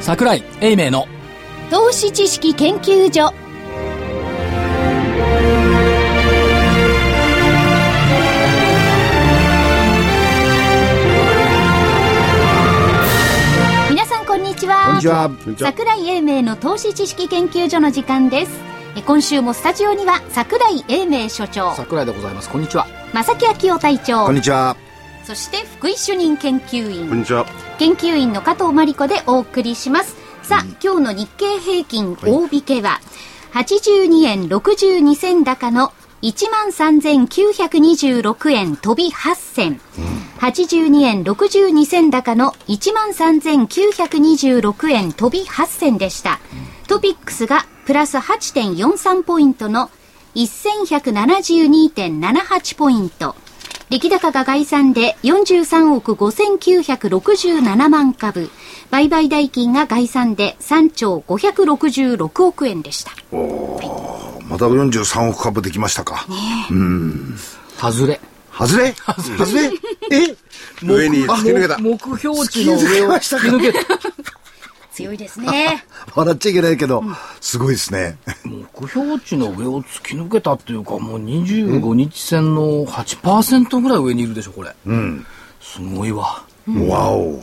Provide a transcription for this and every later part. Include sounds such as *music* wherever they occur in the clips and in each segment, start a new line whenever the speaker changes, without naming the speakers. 桜井英明の
投資知識研究所皆さんこんにちは
こんにちは
桜井英明の投資知識研究所の時間ですえ今週もスタジオには桜井英明所長
桜井でございますこんにちは
正木昭夫隊長
こんにちは。
そして福井主任研究員
こんにちは。
研究員の加藤真理子でお送りしますさあ、今日の日経平均大引けは、82円62銭高の13,926円飛び8銭、82円62銭高の13,926円飛び8銭でした、トピックスがプラス8.43ポイントの1172.78ポイント出来高が概算で43億5967万株売買代金が概算で3兆566億円でした
また43億株できましたか。
外れ
外れ外れえ
*laughs* 上に突き抜けた。
目目標値の上を突き抜けた
強いですね
笑っちゃいけないけど、すごいですね。
*laughs* 目標値の上を突き抜けたっていうかもう25日線の8%ぐらい上にいるでしょこれすごいわ
わお。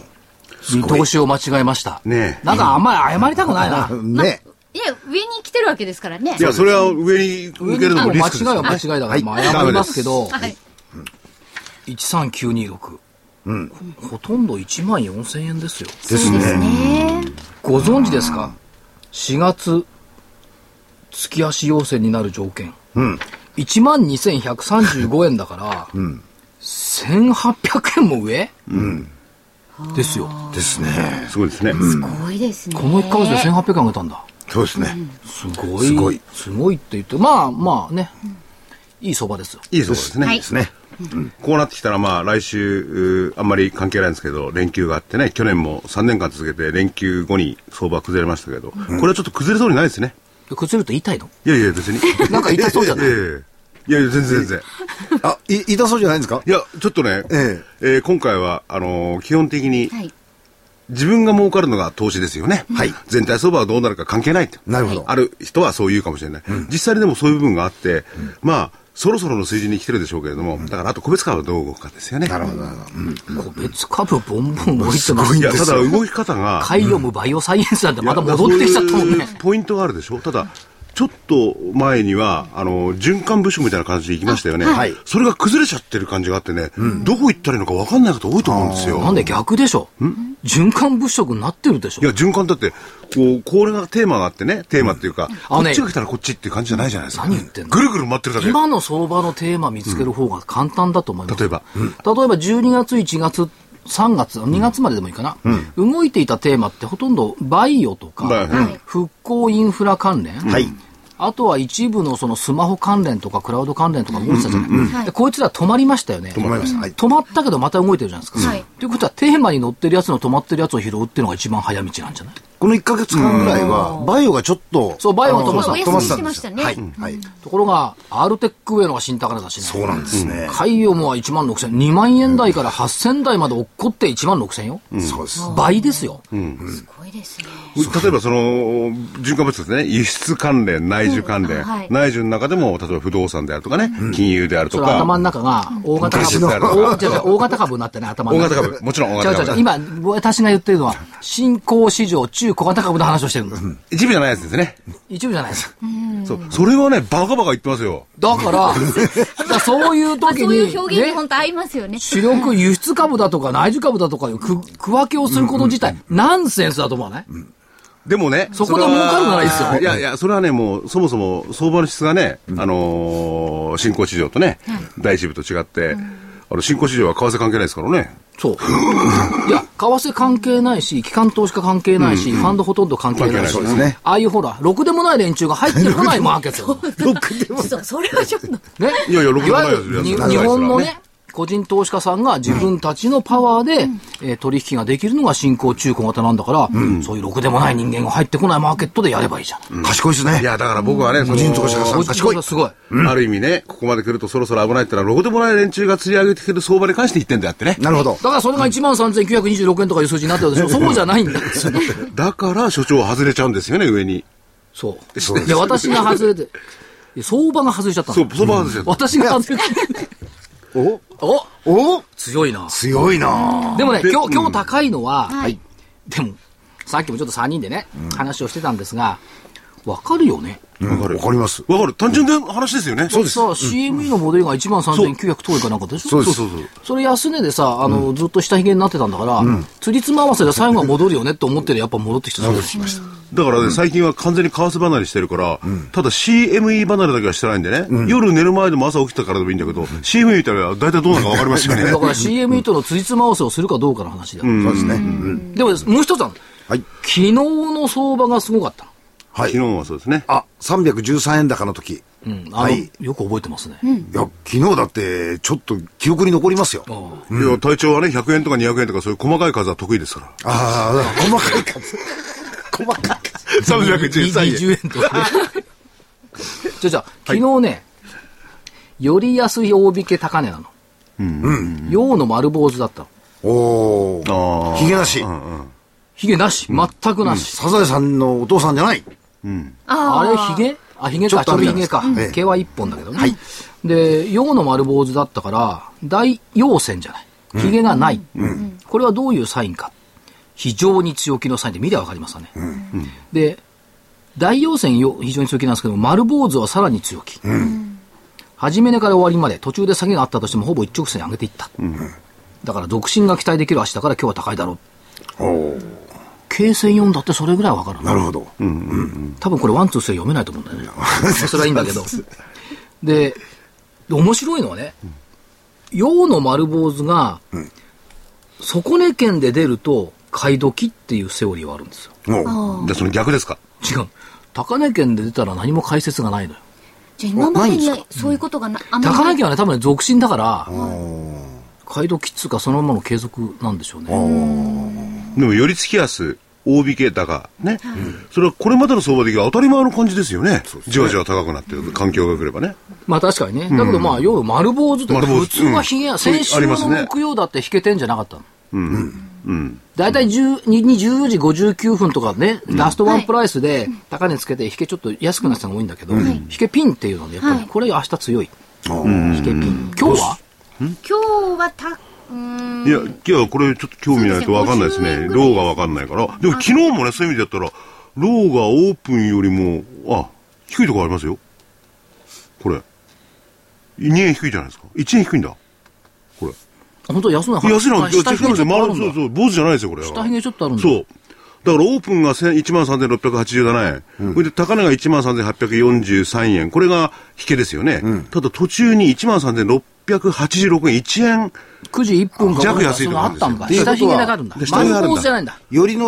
見通しを間違えました
ねえ
なんかあんまり謝りたくないな
ね。
*laughs* いや上に来てるわけですからね
いや、それは上に
上
抜け
に
るのもリ
間
スクです
違いは間違いだから、まあ謝りますけど、
はい、
13926、ほとんど1万4000円ですよ
です
そうです
ね。
ね
ご存知ですか4月月足要請になる条件、
ん
1万2135円だから、1800円も上、ですよ
ですね。
すごいですね。
すごいですね
この1ヶ月で1800円上げたんだ
そうですね。
すごい
すごい
すごいって言ってまあまあね、いい相場ですよ
いいそうですね。
はい
ですね。
こうなってきたら、まあ、来週、うーあんまり関係ないんですけど、連休があってね、去年も3年間続けて、連休後に相場崩れましたけど、これはちょっと崩れそうにないですね。
で崩れると痛いの
いやいや、別に。
*laughs* なんか痛そうじゃない
いやいやいやいや、全然全然。
あ、い、痛そうじゃないんですか
いや、ちょっとね、
え
えー今回は、あのー基本的に、
はい
自分が儲かるのが投資ですよね。
はい
全体相場はどうなるか関係ないと。
なるほど
ある人はそう言うかもしれない。実際にでもそういう部分があって、まあ、そろそろの水準に来てるでしょうけれども、だからあと個別株はどう動くかですよね。
なるほど、なるほど。うん
個別株ボンボン動いてます
ごい
い
ん
や、
ですよ
ただ動き方が、
海洋ムバイオサイエンスなんてまた
いや
戻ってきちゃったもん
そう
ね
いうポイントがあるでしょ。ただ、ちょっと前には、あの、循環部署みたいな感じで行きましたよね。
はい
それが崩れちゃってる感じがあってね、どこ行ったらいいのか分かんない方多いと思うんですよ。
なんで逆でしょ循環物色になってるでしょ
いや、循環だって、こう、これがテーマがあってね、テーマっていうか、
あ
こ
のね
っちが来たらこっちっていう感じじゃないじゃないですか。
何言ってんの
ぐるぐる回ってるだけ。
今の相場のテーマ見つける方が簡単だと思います。
例えば
例えば12月、1月、3月、2月まででもいいかな。動いていたテーマってほとんどバイオと
バイオ
か
はい、
復興インフラ関連。
はい。
あとは一部のそのスマホ関連とかクラウド関連とか動いてたじゃない。でこいつら止まりましたよね。
止まりました。はい。
止まったけどまた動いてるじゃないですか。
はい
ということはテーマに乗ってるやつの止まってるやつを拾うっていうのが一番早道なんじゃない
この1ヶ月間ぐらいは、バイオがちょっと、
そうバイオが
あの
止まった
止まってたん
お休みしてま
で
し
す
た
よ。
ね
はい。はい。
ところが、アルテックウェアの方が新高値だしね。
そうなんですね。
海洋もは1万6000、2万円台から8000台まで落っこって1万6000よ。
そうです。
倍ですよ。
すごいですね
例えばその、循環物ですね、輸出関連、内需関連、
うんはい
内需の中でも、例えば不動産であるとかね、金融である
そ
と
れ頭
か、
の中が大型株
昔の
大じゃあじゃあ大型株になってね、 *laughs* 頭の
大
中。
型株、もちろん大
違う
型
違う違う
株。
今、私が言ってるのは、新興市場、中小型株の話をしてるんです。
一部じゃないやつですね。
一部じゃないです。
そう。それはね、バカバカ言ってますよ。
だから、だからそういう
まあ
時
そ
に、
ういう表現に
ね
本当合いますよね
主力輸出株だとか内需株だとかいう区区分けをすること自体、ナンセンスだと思わない
でもね、
そこで
れは
儲かるならいいっすよ
いやいや、それはね、もう、そもそも相場の質がね、あのー新興市場とね、第一部と違って、あの、新興市場は為替関係ないですからね。
そう。いや、為替関係ないし、機関投資家関係ないし、ファンドほとんど関係ないし、
関係ないそう
ですね
ああいうほら、ろくでもない連中が入ってこない
*laughs*
マーケット。
そうそれはちょっと
ね、
いやいやろくでもないやつ
わゆるに
やつら
日本のね、個人投資家さんが自分たちのパワーで、えー取引ができるのが新興中古型なんだから、そういうろくでもない人間が入ってこないマーケットでやればいいじゃん。
賢いですね。
いや、だから僕はね、そ
個人
の、
投資家さん賢い。
すごい。
ある意味ね、ここまで来るとそろそろ危ないってのは、ロゴでもない連中が釣り上げてくる相場に関して言ってんだよってね。
なるほど。
だからそれが13,926円とかいう数字になってるで
*laughs*
しょ。そうじゃないんだよ。
だから、所長は外れちゃうんですよね、上に。
そう。で、私が外れて、いや相場が外れちゃったの
そう、相場外れちゃった。
私が外れて。
お
お
お
強いな。
強いな
でもね、今日、今日高いのは、
はい。
でも、さっきもちょっと3人でね、話をしてたんですが、わかるよね。
わかる。わかります。
わかる。単純な話ですよね。
そうです。さ、CME のモデルが13,900遠いかなんかでしょ
そうです
そうそうそう。
それ安値でさ、あの、ずっと下髭になってたんだから、つりつま合わせで最後は戻るよねって思ってるやっぱ戻ってきたそうです。
だからね、最近は完全に為替離れしてるから、ただ CME 離れだけはしてないんでね、夜寝る前でも朝起きたからでもいいんだけど、CME 見たら大体どうなるかわかりますよね
*laughs* だ。から CME とのつりつま合わせをするかどうかの話だよ。
そうですね。うん
でも、もう一つあるの
はい。
昨日の相場がすごかったの。
は
昨日
い。
はそうですね。
あ、313円高の時。
うん。あの、
はい
よく覚えてますね。
いや、昨日だって、ちょっと記憶に残りますよ。
いや、体調はね、100円とか200円とかそういう細かい数は得意ですから。
ああ、細かい数。細かい
*laughs*
数。
20円とかね。じゃあじゃあ昨日ね、より安い大引け高値なの。うん。洋の丸坊主だったの。
おお。
あー
ひげなし。
ヒゲなし、全くなし。
サザエさんのお父さんじゃない。
あ
あれ、ヒゲあ、ヒゲ
ちょ
か、
っ
ち
と
ょ
ある
びヒゲ
じゃないですか
か
ええ。
毛は一本だけどね。で、陽の丸坊主だったから、大陽線じゃない。ヒゲがない。これはどういうサインか。非常に強気のサインで見りゃわかりますよね。で、大陽線よ非常に強気なんですけども、丸坊主はさらに強気。初め値から終わりまで、途中で下げがあったとしても、ほぼ一直線に上げていった。だから、独身が期待できる足だから今日は高いだろう。
おお。
形線4だってそれぐらいわかるの
なるほど。
多分これワンツースリー読めないと思うん
*laughs*
だよね。まあそれはいいんだけど。で、で面白いのはね、洋の丸坊主が、底根県で出ると買い時っていうセオリーはあるんですよ。
もう。
ああ
じゃあその逆ですか。
違う。高根県で出たら何も解説がないのよ。
じゃあ今までに
ないん
そういうことがな、あんまり
高
な
根
い。
県はね、多分ね、独身だから、買い時っつうかそのままの継続なんでしょうね。
でも、寄り付き安、大引け高、ね。それはこれまでの相場的は当たり前の感じですよね。じわじわ高くなってる環境が来ればね。
まあ確かにね。だけどまあ、要は丸坊主って
丸坊
普
主
通はひげや、
うん
先週
あり
の
ますね
木曜だって引けてんじゃなかったの。
うん。
大体10にに14時59分とかね、ラストワンプライスで高値つけて、引けちょっと安くなってたのが多いんだけど、引けピンっていうので、やっぱ
は
り
い
これ明日強い。引けピン。今日は
今日はた、うーん。
いや、いや、これちょっと興味ないと分かんないです
そうです
ね。
ね50
ローが分かんないから。でも昨日もね、そういう意味でやったら、ローがオープンよりも、あ、低いとこありますよ。これ。2円低いじゃないですか。1円低いんだ。これ。
本当安値
安いな、
下髭
違うん
ち
で
ょっ
すよ。
とあ
ま
る
そ
ん
う
だ。
そう、坊主じゃないですよ、これ。
下髭ちょっとあるんだ。
そう。だからオープンが13,687円。それで高値が13,843円。これが引けですよね。ただ途中に13,686円、1円。
9時1分か
弱安いとこ
あ
ある
っ
んで
たんだ。
い
すよ
うこと
下
は
髭だけあるんだ
で。下髭があ
丸
る
坊主
んだ
じゃないんだ。
よりの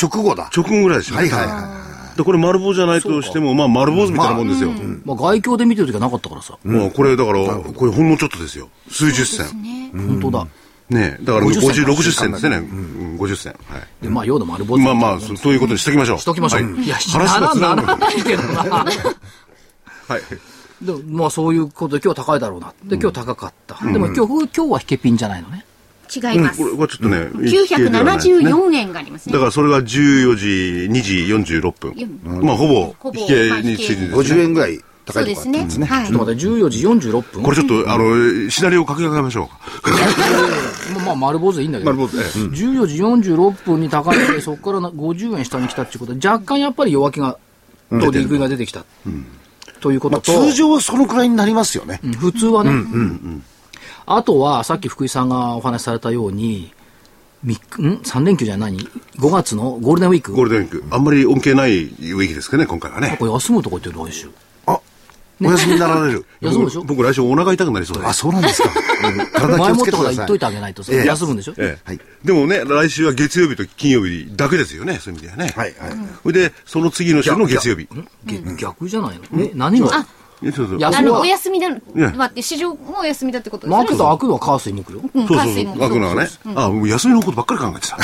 直後だ。
直後ぐらいですよ
は
ね。
いはいは
でこれ丸坊主じゃないとしても、まあ丸坊主みたいなもんですよ。
まあ外境で見てる時はなかったからさ。
まあこれだから、これほんのちょっとですよ。数十銭。
ね
本当だ。
ねえだから
50
50、
銭
60銭ですね。うん50銭。はい。
で、まあ、要の丸坊主。
まあまあ、そそういうことにしときましょう。
しときましょう。
はい
いや、
話がつ
なら
なが
なら
る。
ないけどな。
はい。
*laughs* でもまあそういうことで今日は高いだろうな。で、今日高かった。でも今日、今日は引けピンじゃないのね。
違います
こ。れはちょっとね、
974円がありますね。
だからそれが14時、2時46
う
分。まあほぼ
ほぼ
引けについて
い。
ですね
50円ぐらい高
そ
いうと
で
こあ
す
った
ね。
んですね。
はい
ちょっ。と待って、14時46分。
これちょっと、あの、シナリオを書き換えましょうか。
まあ、まあ、丸坊主でいいんだけど。
丸坊主ええ
14時46分に高値で、そこからな50円下に来たっていうことで、若干やっぱり弱気が、と利食いが出てきた。というこ
ま
と
あ
と、
通常はそのくらいになりますよね。
うん普通はね、あとは、さっき福井さんがお話しされたように、みん ?3 連休じゃない ?5 月のゴールデンウィーク
ゴールデンウィーク。あんまり恩恵ないウィークですかね、今回はね。
これ休むとこ言ってる、来週。
あ、お休みにな *laughs* られる。
休むでしょ
僕僕来週お腹痛くなりそうです
あ、。そうなんですか。うん体気
前
を
も
つ
って
けて
か
く
ら
だ
言っ
さ
とい
い
て。あげないとさ、休むんでしょ
ええ
はい
でもね、来週は月曜日と金曜日だけですよね、そういう意味ではね。
はいはい
それで、その次の週の月曜日。
逆逆じゃないのえ、何が
あ、
いやそうそう
いや
あ
それは
の、お休みだ、
や
待って、市場もお休みだってことです
マ
ね。
ーケット開くのはカースイ木よ。
うん、
そう
火
そう
水
そ
も
う。。楽なのね。あ、もう休みのことばっかり考えてた。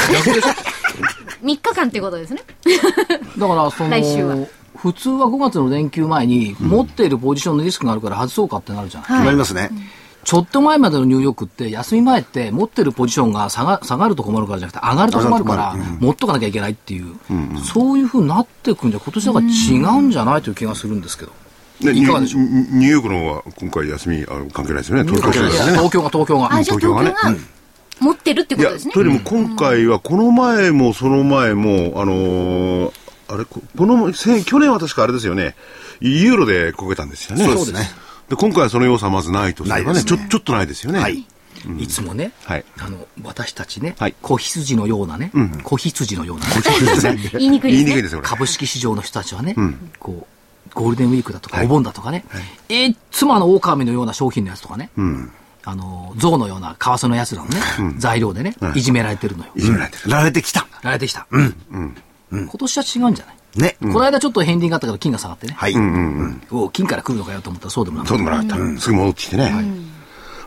3日間ってことですね。
だからそ
来週は
の、普通は5月の連休前に、持っているポジションのリスクがあるから外そうかってなるじゃない。
決まりますね。
ちょっと前までのニューヨークって、休み前って持ってるポジションが下が下がると困るからじゃなくて、上がると困るから、持っとかなきゃいけないっていう、そういうふうになってくんじゃ、今年なんか違うんじゃないという気がするんですけど。
ねニ
いか
ュ
がで
ニ
し
ュニューヨークの方は今回休みあの関係ないですよね。東京
いや
ですよね。
東京が東京が。
あ、じゃあ東京
東京がね
が持ってるって
い
こと
や
ですね。
というよりも今回はこの前もその前もあのーあれここの先去年は確かあれですよね。ユーロでこけたんですよね。
そうですね。
で今回はその要素はまずないとすれば
な
ね
いです
ちょちょっとないですよね。
はい。
いつもね、
はい
あの、私たちね、
はい
子羊のようなね、子羊のようなね、
言いにくいで
言
すね
いにくいですよこれ。
株式市場の人たちはね、こう、ゴールデンウィークだとか、お盆だとかね、い、っつもあの、狼のような商品のやつとかね、あの、象のような為替のやつらのね、材料でね、いじめられてるのよ。
いじめられてる。
られてきた。
られてきた。うん。今年は違うんじゃない、
ね。
この間ちょっと返利があったから金が下がってね、
はい。
おう金から来るのかよと思ったらそうでもな
そう
く
でもなかった、すぐ戻ってきてね。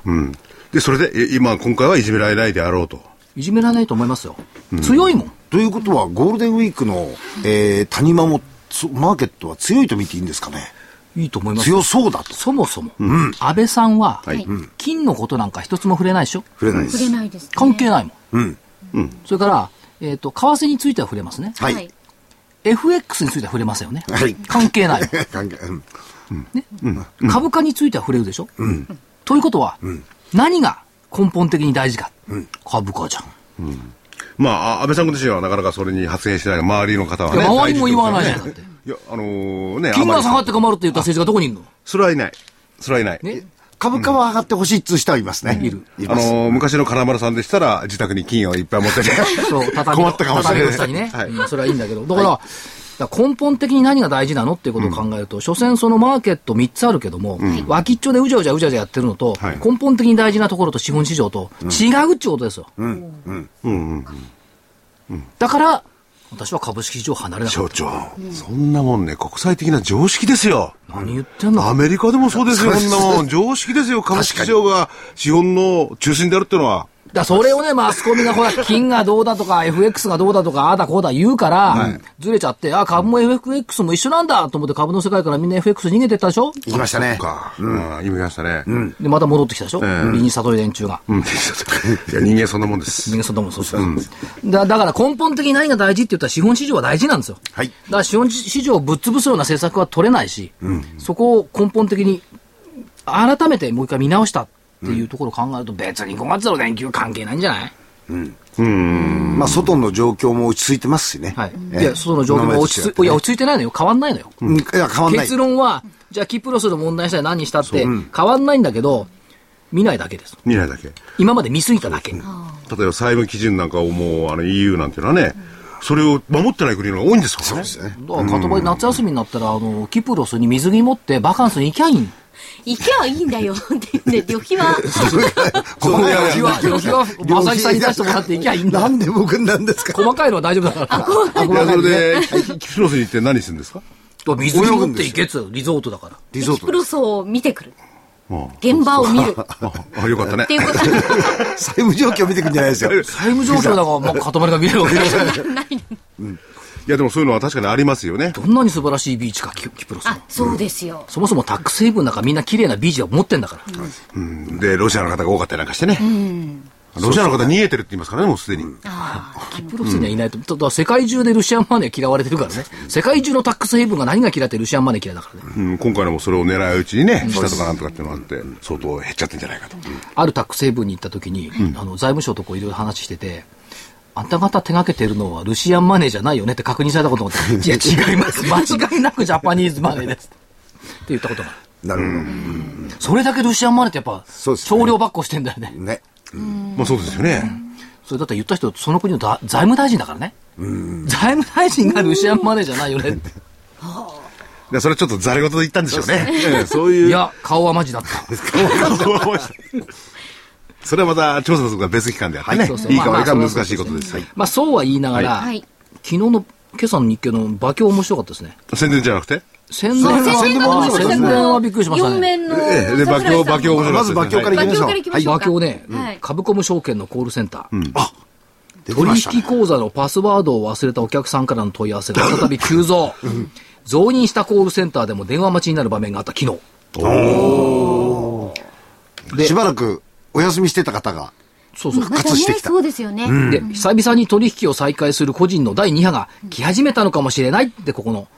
うん。でそれでえ今今回はいじめられないであろうと。
いじめられないと思いますよ。強いもん。
ということは、ゴールデンウィークの、えー、谷間も、つマーケットは強いと見ていいんですかね。
いいと思いますよ
強そうだと。
そもそも、安倍さんは、
はい
金のことなんか一つも触れないでしょ
触れないで
触れないですね。
関係ないもん。
うん。
それから、えっ、と、為替については触れますね。
はい。
はい。
FX については触れませんよね。
はい
関係ないもん。
関係うん
株価については触れるでしょ、ということは、何が根本的に大事か、株価じゃん。
まああ安倍さん自身はなかなかそれに発言しないが周りの方はね。
いや周りも言わないじゃん
大事ってことです
だ
よねいやあのーね
金が下がって
あまり
困るって言った政治家どこにいるの
それはいない。それはいない。
ね
株価は上がってほしいっつう人はいますね。いる。い
あ
ます。
のー昔の金丸さんでしたら、自宅に金をいっぱい持ってて、 *laughs*
そう、畳
困
の
ったかもし
畳
れない。
の下にね、
はい。
うんそれはいいんだけど。だから、だから根本的に何が大事なのっていうことを考えると、所詮そのマーケット3つあるけども、脇っちょでうじゃうじゃうじゃうじゃやってるのと、
はい
根本的に大事なところと資本市場と違うってことですよ。だから、私は株式市場を離れなかっ
所長、そんなもんね、国際的な常識ですよ。
た。何言ってんの
アメリカでもそうですよ、
そう
こ
で
ん
す
なもん。常識ですよ、株式市場が資本の中心であるってのは。
だからそれをね、マスコミがほら、金がどうだと
*laughs*
か、FX がどうだとか、ああだこうだ言うから、ずれちゃって、あ、株も FX も一緒なんだと思って株の世界からみんな FX 逃げてったでしょ
行きましたね。
か。うん、今見ましたね。うん。
で、また戻ってきたでしょ右に悟り連中が。
うん、いや、人間そんなもんです。
人間そんなもんそうそうだだから根本的に何が大事って言ったら資本市場は大事なんですよ。
はい
だから資本市場をぶっ潰すような政策は取れないし、そこを根本的に改めてもう一回見直したっていうところを考えると、別に5月の連休関係ないんじゃない、
まあ、外の状況も落ち着いてますしね。
はい
ええ
いや、その状況も落ち着い、いや、落ち着いてないのよ。変わんないのよ。
うんいや、変わんない
結。論は、じゃあキプロスの問題したり何したって、変わんないんだけど、見ないだけです。
見ないだけ。
今まで見すぎただけ。
例えば債務基準なんかをもう、あの、EU なんていうのはね、それを守ってない国の方が多いんですからね。そうですね。
だから、かとば夏休みになったら、あの、キプロスに水着持ってバカンスに行きゃいいん。
行けばいいんだよ。で、ね、旅費は、
ここ
旅費は、旅費は、まさきさんに出してもらって行きゃいいん
な
だ。
んで僕なんですか
細かいのは大丈夫だから。
いや、それで、キプロスに行って何するんですか
水着持って行けっつうのリゾートだから。
リゾー
プ
トで
ロソを見てくる。
うん
現場を見る。っ
ああ、よかったね
て。いうこと
す。債務状況見てくんじゃないですよ。
財務状況だから、まあ、塊が見れるわけですよ。
はない。
いや、でもそういうのは確かにありますよね。
どんなに素晴らしいビーチか、キキプロスは
あ、そうですよ。
そもそもタック成分なんかみんな綺麗なビーチは持ってんだから。
うんで、ロシアの方が多かったりなんかしてね。ロシアの方逃げてるって言いますからね、もうすでに。
ああ。
キプロスにはいないと。ただ世界中でルシアンマネー嫌われてるからね。世界中のタックスヘイブンが何が嫌いってルシアンマネー嫌いだからね。
うん今回のもそれを狙いうちにね、したとかなんとかっていうのがあって、相当減っちゃってんじゃないかと。
あるタックスヘイブンに行った時に、あの、財務省とこういろいろ話してて、あんた方手掛けてるのはルシアンマネーじゃないよねって確認されたことがあって、
*laughs*
いや違います。間違いなくジャパニーズマネーです。って言ったことがある。
なるほ
それだけルシアンマネーってやっぱ、
そうですね
少量ばっこしてんだよね。
ど。ね。
まあそうですよね。
それだって言った人、その国のだ財務大臣だからね。財務大臣がルシアンマネーじゃないよねって。
で、それちょっとざれ言で言ったんでしょうね。うんそうい。
いうや、顔はマジだった。
*laughs* それはまた調査するが別機関であってね
そうそ。う
いいか
まあ
悪いかは
まあ
難しいことです。はい
まあそうは言いながら、
はい
昨日の今朝の日経の馬況面白かったですね。
宣伝じゃなくて
宣伝は、
宣伝も面白かったです
宣
ね
伝はびっくりしました
四
ね。
面の。
ええ、で、馬強、馬強面白
ま
かったです
ず
ね
馬強からいきま
馬
しょう。
強から行きましょ
馬強ね
はい、
株コム証券のコールセンター。
あ、出てき
取
ました
引
ね。
口座のパスワードを忘れたお客さんからの問い合わせが再び急増。増認したコールセンターでも電話待ちになる場面があった昨日。
しばらくお休みしてた方が、
そうそう。
またね
してきた
そうですよね。
で、久々に取引を再開する個人の第2波が来始めたのかもしれないって、ここの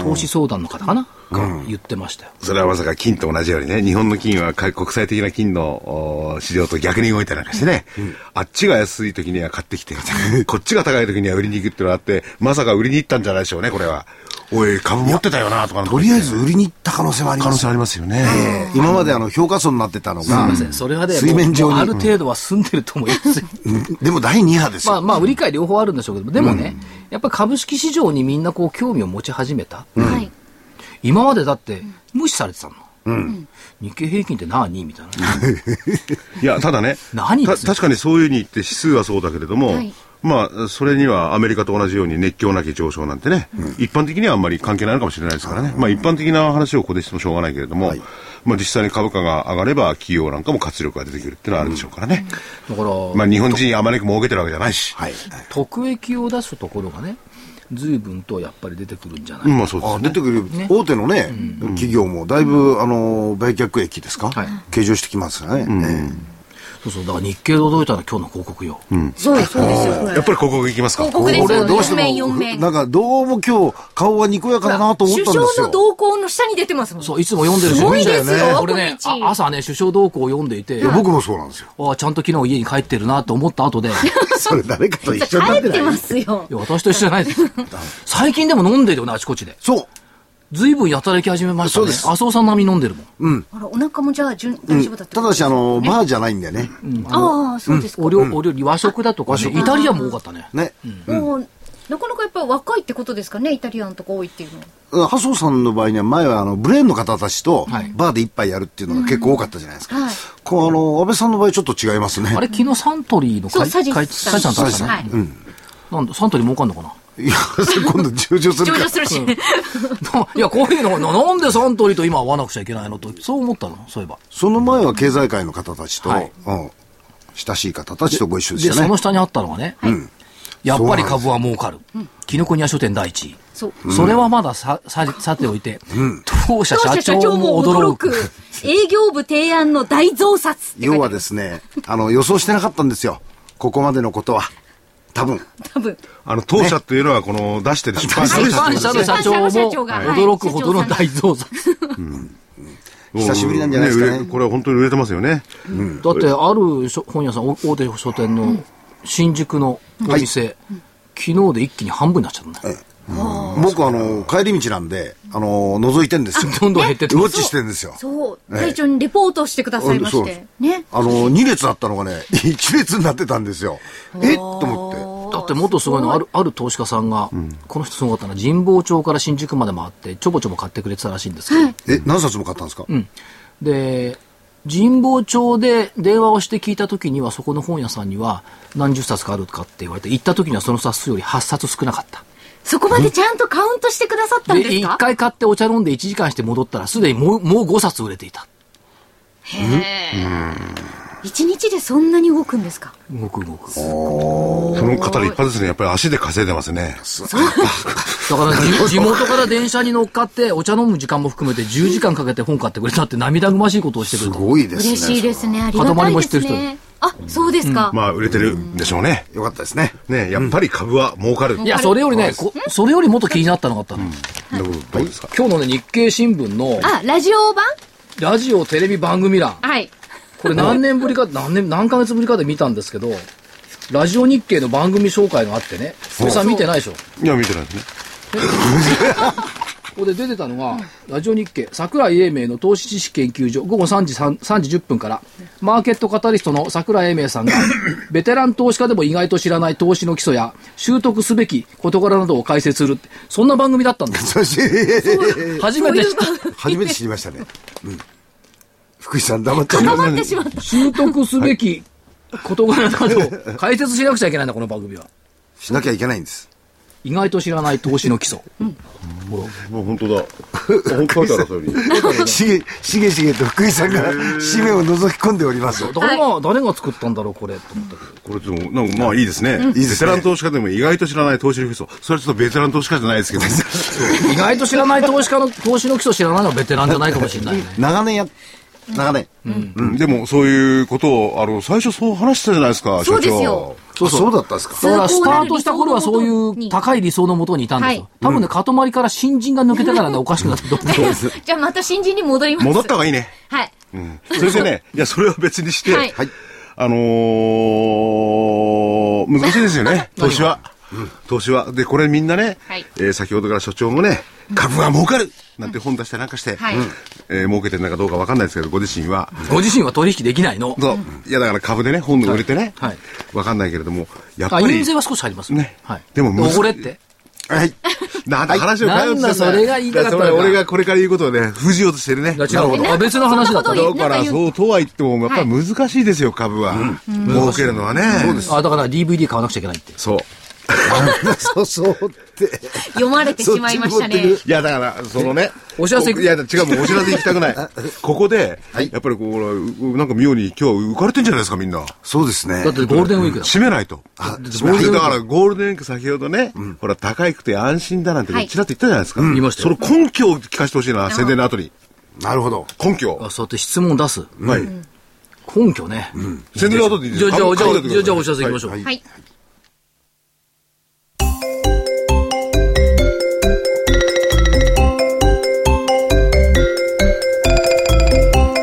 投資相談の方かなが言ってましたよ。
それはまさか金と同じようにね、日本の金はか国際的な金のおー市場と逆に動いたりなんかしてね、あっちが安い時には買ってきて、 *laughs* こっちが高い時には売りに行くってのがあって、まさか売りに行ったんじゃないでしょうね、これは。おい、株持ってたよな、とかなんか
とりあえず売りに行った可能性はあり
可
ま
能
す
性ありますよね。
ええ今まであの評価損になってたの
すい
が
ませ、ん。それはね、
水面上
もう
に。
ある程度は済んでると思いますよ。
うんでも第2波です
まあ
よ。
まあ、売り買い両方あるんでしょうけど、でもね、やっぱり株式市場にみんなこう興味を持ち始めた。
はい。
今までだって無視されてたの。日経平均って何みたいな。、
いや、ただね
何
た
ですよ
確かにそういうふうに言って指数はそうだけれども、
はい
まあ、それにはアメリカと同じように熱狂なき上昇なんてね、一般的にはあんまり関係ないのかもしれないですからね、まあ一般的な話をここでしてもしょうがないけれども、まあ実際に株価が上がれば企業なんかも活力が出てくるっていうのはあるでしょうからね。
だから、
まあ日本人あまり儲けてるわけじゃないし。
はい。
特益を出すところがね、随分とやっぱり出てくるんじゃない
うん、まあそうです
あ
ね。
出てくる大手のね、企業もだいぶ、あの、売却益ですか
はい
計上してきますよね。え
そうそう、だから日経で驚いたのは今日の広告よ。
そうそうですよ。これ
やっぱり広告行きますか
広告
え
です
俺
よ。
どうして
四面四
も、
面。
なんかどうも今日顔はにこやかだなと思ったん
首
ですよ。
相の動向の下に出てますもん。
そう、いつも読んでる
すごいですよ
俺ね、
この道
あ朝ね、首相動向を読んでいて、
いや僕もそうなん
*laughs*
ですよ。
ああ、ちゃんと昨日家に帰ってるなと思った後で、い
それ誰かと一緒になって
帰っ
な
て
い。
ますよ。
や、私と一緒じゃないです。最近でも飲んでるよね、あちこちで。
そう。
随分やたら行き始めましたね。
そうです
麻生さん並み飲んでるもん。
あら、お腹もじゃあ、順大丈夫だった
ただし、あの、バーじゃないんだよね。
ああ、そうですか。
お料お料理、和食だとかね、イタリアンも多かったね。
ね。
もう、なかなかやっぱ若いってことですかね、イタリアンとか多いっていうのは。
ハソさんの場合には前はあのブレーンの方たちと
はい
バーで一杯やるっていうのが結構多かったじゃないですか。
はい
こうあの安倍さんの場合ちょっと違いますね。
あれ、昨日サントリーの
そう、
会
サジ
会
さ
サ
ん。
ジさんだったね。
はい。
なんだ、サントリー儲かんのかな *laughs*
いや、それ今度上場する
上
から
場。するし。
いや、こういうの、ななんでサントリーと今会わなくちゃいけないのと、そう思ったの、そういえば。
その前は経済界の方たちと、
はい
うん、親しい方たちとご一緒でし
で、
た
そ
ね
の。下にあったのがね、やっぱり株は儲かる。キノコニア書店第一位。
そう。
それはまださ、さ、さておいて、当社
当社
社
社
長
長も
も
驚
驚く
く。。営業部提案の大増刷って書い
要
てあ
は
る。
ですね、あの予想してなかったんですよ。ここまでのことは。多分。
多分。
あの、当社っていうのはこの出してる出版社
出
です
版社の社長も
出版社の社長がはい
驚くほどの大増産。
久しぶりなんじゃないですかね
売れこれは本当に売れてますよね。
だって、ある書本屋さん、お大手書店の新宿のお店、昨日で一気に半分になっちゃったね。
僕あの、帰り道なんで、あの、覗いてんです
*laughs*
よ。
どんどん減ってって
ウォッチしてんですよ。
そう。会長にレポートしてくださいまし
うんそう
て。ね。
あの、2列だったのがね、1列になってたんですよ。えっと思っ
だってもっとすごいのあるある投資家さんが、この人すごかったな神保町から新宿まで回ってちょぼちょぼ買ってくれてたらしいんですけど、
て。え、何冊も買ったんですか、
で神保町で電話をして聞いた時にはそこの本屋さんには何十冊かあるかって言われて行った時にはその冊数より8冊少なかった
そこまでちゃんとカウントしてくださったん
で
です
1
か
回買ってお茶飲んで1時間して戻ったらすでにもうもう5冊売れていた
一日でそんなに動くんですか
動く動く
その方立派ですね。やっぱり足で稼いでますね。
だから地地元から電車に乗っかってお茶飲む時間も含めて10時間かけて本買ってくれたって涙ぐましいことをしてく
す
れた
ごいですね。
嬉しいですね。ありがた
塊
い
も
で
知って
す
る人
ね。あ、そうですか。
まあ、売れてるんでしょうね。
それは。よかったですね。
ね、やっぱり株は儲かる。
いや、それよりね、こそれよりもっと気になったのがあったの。
どうどうですか
今日のね、日経新聞の、
あ、ラジオ版
ラジオ、テレビ、番組欄。
はい。
これ何年ぶりか、何年、何ヶ月ぶりかで見たんですけど、ラジオ日経の番組紹介があってね、それさん見てないでしょ。
いや、見てないですね。
ここで出てたのが、ラジオ日経、桜井英明の投資知識研究所、午後3時 ,3 3時10分から、マーケットカタリストの桜井英明さん
*laughs*
が、ベテラン投資家でも意外と知らない投資の基礎や、習得すべき事柄などを解説するって、そんな番組だったんです。
そして、
初めて知った。
初めて知りましたね。うん。福井さん黙っちゃいま
頑
す
張ってしまった。
習得すべき事柄などを解説しなくちゃいけないんだ、この番組は。
しなきゃいけないんです。
意外と知らない投資の基礎。ほ
もう本当だ。本当だ、それに。
しげ、しげしげと福井さんが、締めを覗き込んでおります。
ら誰が、誰が作ったんだろう、これ、と思ったけど。
*laughs* これでも、なんかまあいいですね。ベ
です
テ
ね
ラン投資家でも意外と知らない投資の基礎。それはちょっとベテラン投資家じゃないですけど。
意外と知らない投資家の、投資の基礎知らないのはベテランじゃないかもしれないね。
長年や、長年。
うんでも、そういうことを、あの、最初そう話してたじゃないですか、
そ
所
うですよ
長。
そうそうだったんですか
だからスタートした頃はそういう高い理想のもとにいたんですよ。
はい
多分ね、かとまりから新人が抜けてからね、おかしくな
*laughs*
ったと思う。
じゃあまた新人に戻ります。
戻った方がいいね。
はい。
それでね、いや、それは別にして、
はい
はい
あのー難しいですよね、投資は。投資は。で、これみんなね、
はい
えー先ほどから所長もね、株は儲かるなんて本出したりなんかして、
はい
うんえー儲けてるのかどうかわかんないですけど、ご自身は。
ご自身は取引できないの。
そういや、だから株でね、本で売れてね、
はいはい
わかんないけれども、やっぱ
あ、
り
印税、は少し入りますよ。
ね
はい。
でも難しい
おごれって。
はい。なんだ、話を変えようとして
なんだそれが言いたかったんだ
いやそれ俺がこれから言うことをね、封じようとしてるね。
いや違うほ
え
ど。
な
あ、
んか
別の話だった
そんな
ね
こ
だから、そうとは言っても、やっぱり難しいですよ、株は。儲けるのはね。そうです。
あ、だから DVD 買わなくちゃいけないって。
そう。
そうそうって。
読まれてしまいました
そっちに持
ね
って。
いや、だから、そのね。
お知らせ行く
いや、違う、もうお知らせ行きた
*laughs*
くない。ここで、
はい
やっぱりこうほらう、なんか妙に今日は浮かれてんじゃないですか、みんな。
そうですね。
だってゴールデンウィークだもん
閉めないと。あ、
閉めない
だからゴールデンウィーク先ほどね、ほら、高いくて安心だなんて
はい
ちらっと言ったじゃないですか。
言いました
そ
よ
の根拠を聞かせてほしいな、宣伝の後に。
なるほど。
根拠。
あ、そうやって質問出す。
はい。
根拠ね。
宣伝の後でいいで
じ
す
ゃあ、
か
じゃあ、じゃ
考え
あ、
てく
じ
ださ
ゃ
い
あ、じゃあお知らせ行きましょう。
はい。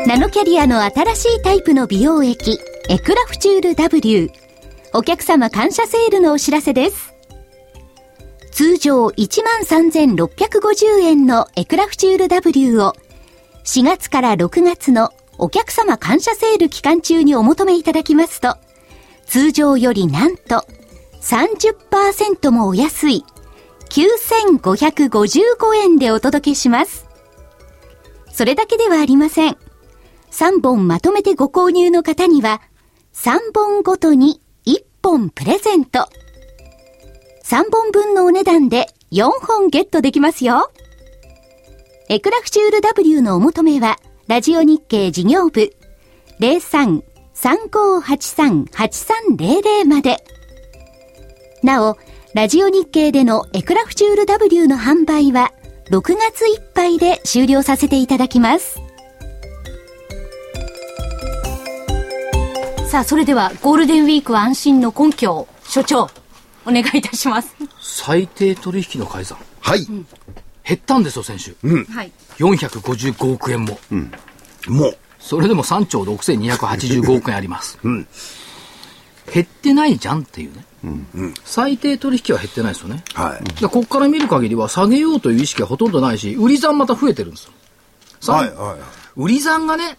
ナノキャリアの新しいタイプの美容液、エクラフチュール W。お客様感謝セールのお知らせです。通常13,650円のエクラフチュール W を4月から6月のお客様感謝セール期間中にお求めいただきますと、通常よりなんと30%もお安い9,555円でお届けします。それだけではありません。3本まとめてご購入の方には、3本ごとに1本プレゼント。3本分のお値段で4本ゲットできますよ。エクラフチュール W のお求めは、ラジオ日経事業部03-3583-8300まで。なお、ラジオ日経でのエクラフチュール W の販売は、6月いっぱいで終了させていただきます。
さあ、それではゴールデンウィーク安心の根拠を、所長、お願いいたします。
最低取引の改ざん。
はい。
減ったんですよ、先週。
はい。
455億円も。
もう。
それでも3兆6285億円あります。
ん
減ってないじゃんっていうね。最低取引は減ってないですよね。
はい。
でここから見る限りは下げようという意識はほとんどないし、売り算また増えてるんですよ。さ
はい、は
売り算がね、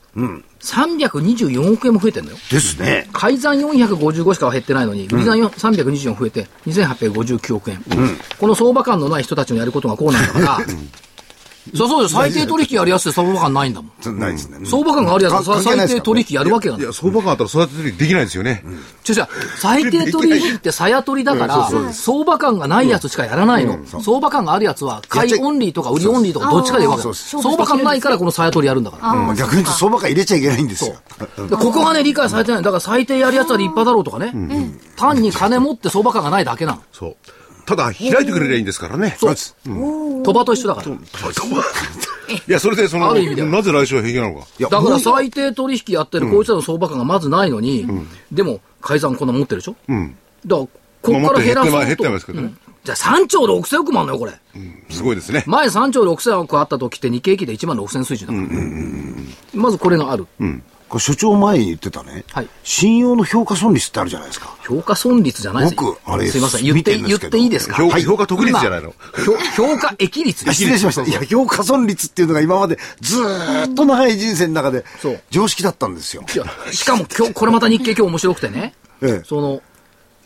324億円も増えてるのよ。
い。ですね。
改ざん455しか減ってないのに、売り算4 324増えて2859億円、この相場感のない人たちのやることがこうなんだから、そうそうです最低取引やりやすい相場感ないんだもん。
ないですね。
相場感があるやつはそれは
関係ない
最
です
低
からね
取引やるわけがない
い。や、相場感あったら育ててできないですよね。
ちょちょ最低取引ってさや取りだから、相場感がないやつしかやらないの。相場感があるやつは、買いオンリーとか売りオンリーとかどっちかで言うわけだ
そう
そう
相場感ないからこのさや取りやるんだから。
まあ逆に言うと相場感入れちゃいけないんですよ。
でここがね、理解されてない。だから最低やるやつは立派だろうとかね。単に金持って相場感がないだけなの。
そう。ただ、開いてくれりゃいいんですからね。
そうです。鳥羽と一緒だから。
いや、それで、その、
ある意味では
なぜ来週は平気なのか。
いや
だか
も
ら
う
最低取引やってるこいつらの相場感がまずないのに、でも、改ざんこんな持ってるでしょ
うん。
だから、ここから減らそうと。
まあ持って減ってますけどね
うんじゃあ3兆6000億もあんのよ、これ。
すごいですね。
前3兆6000億あった時って日経平均で1万6000水準だから、まずこれがある。
これ所長前に言ってたね、
はい
信用の評価損率ってあるじゃないですか。
評価損率じゃないですよ。
僕あれ
すいません。言っ
見
て、
てんで
言っ
すけど
ていいですか
評評価特率じゃないの。
評評価益率
いや失礼しました。いや、評価損率っていうのが今までずーっと長い人生の中で
そう
常識だったんですよ。
いやしかも今日、これまた日経今日面白くてね。
ええ
その、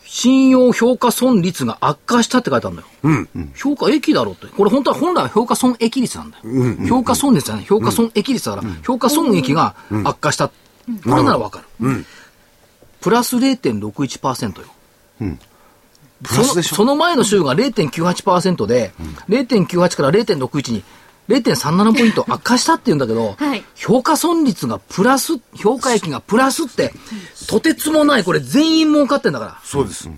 信用評価損率が悪化したって書いてあるんだよ。評価益だろうって。これ本当は本来は評価損益率なんだよ。評価損率じゃない。評価損益率だから、評価損益が悪化した。これならわかる。プラス0.61%よ。
プ
そ
ラ
の
スでしょ
その前の週が0.98%で、0.98から0.61に0.37ポイント悪化したって言うんだけど、
はい
評価損率がプラス、評価益がプラスって、とてつもない、これ全員儲かってんだから。
そうです。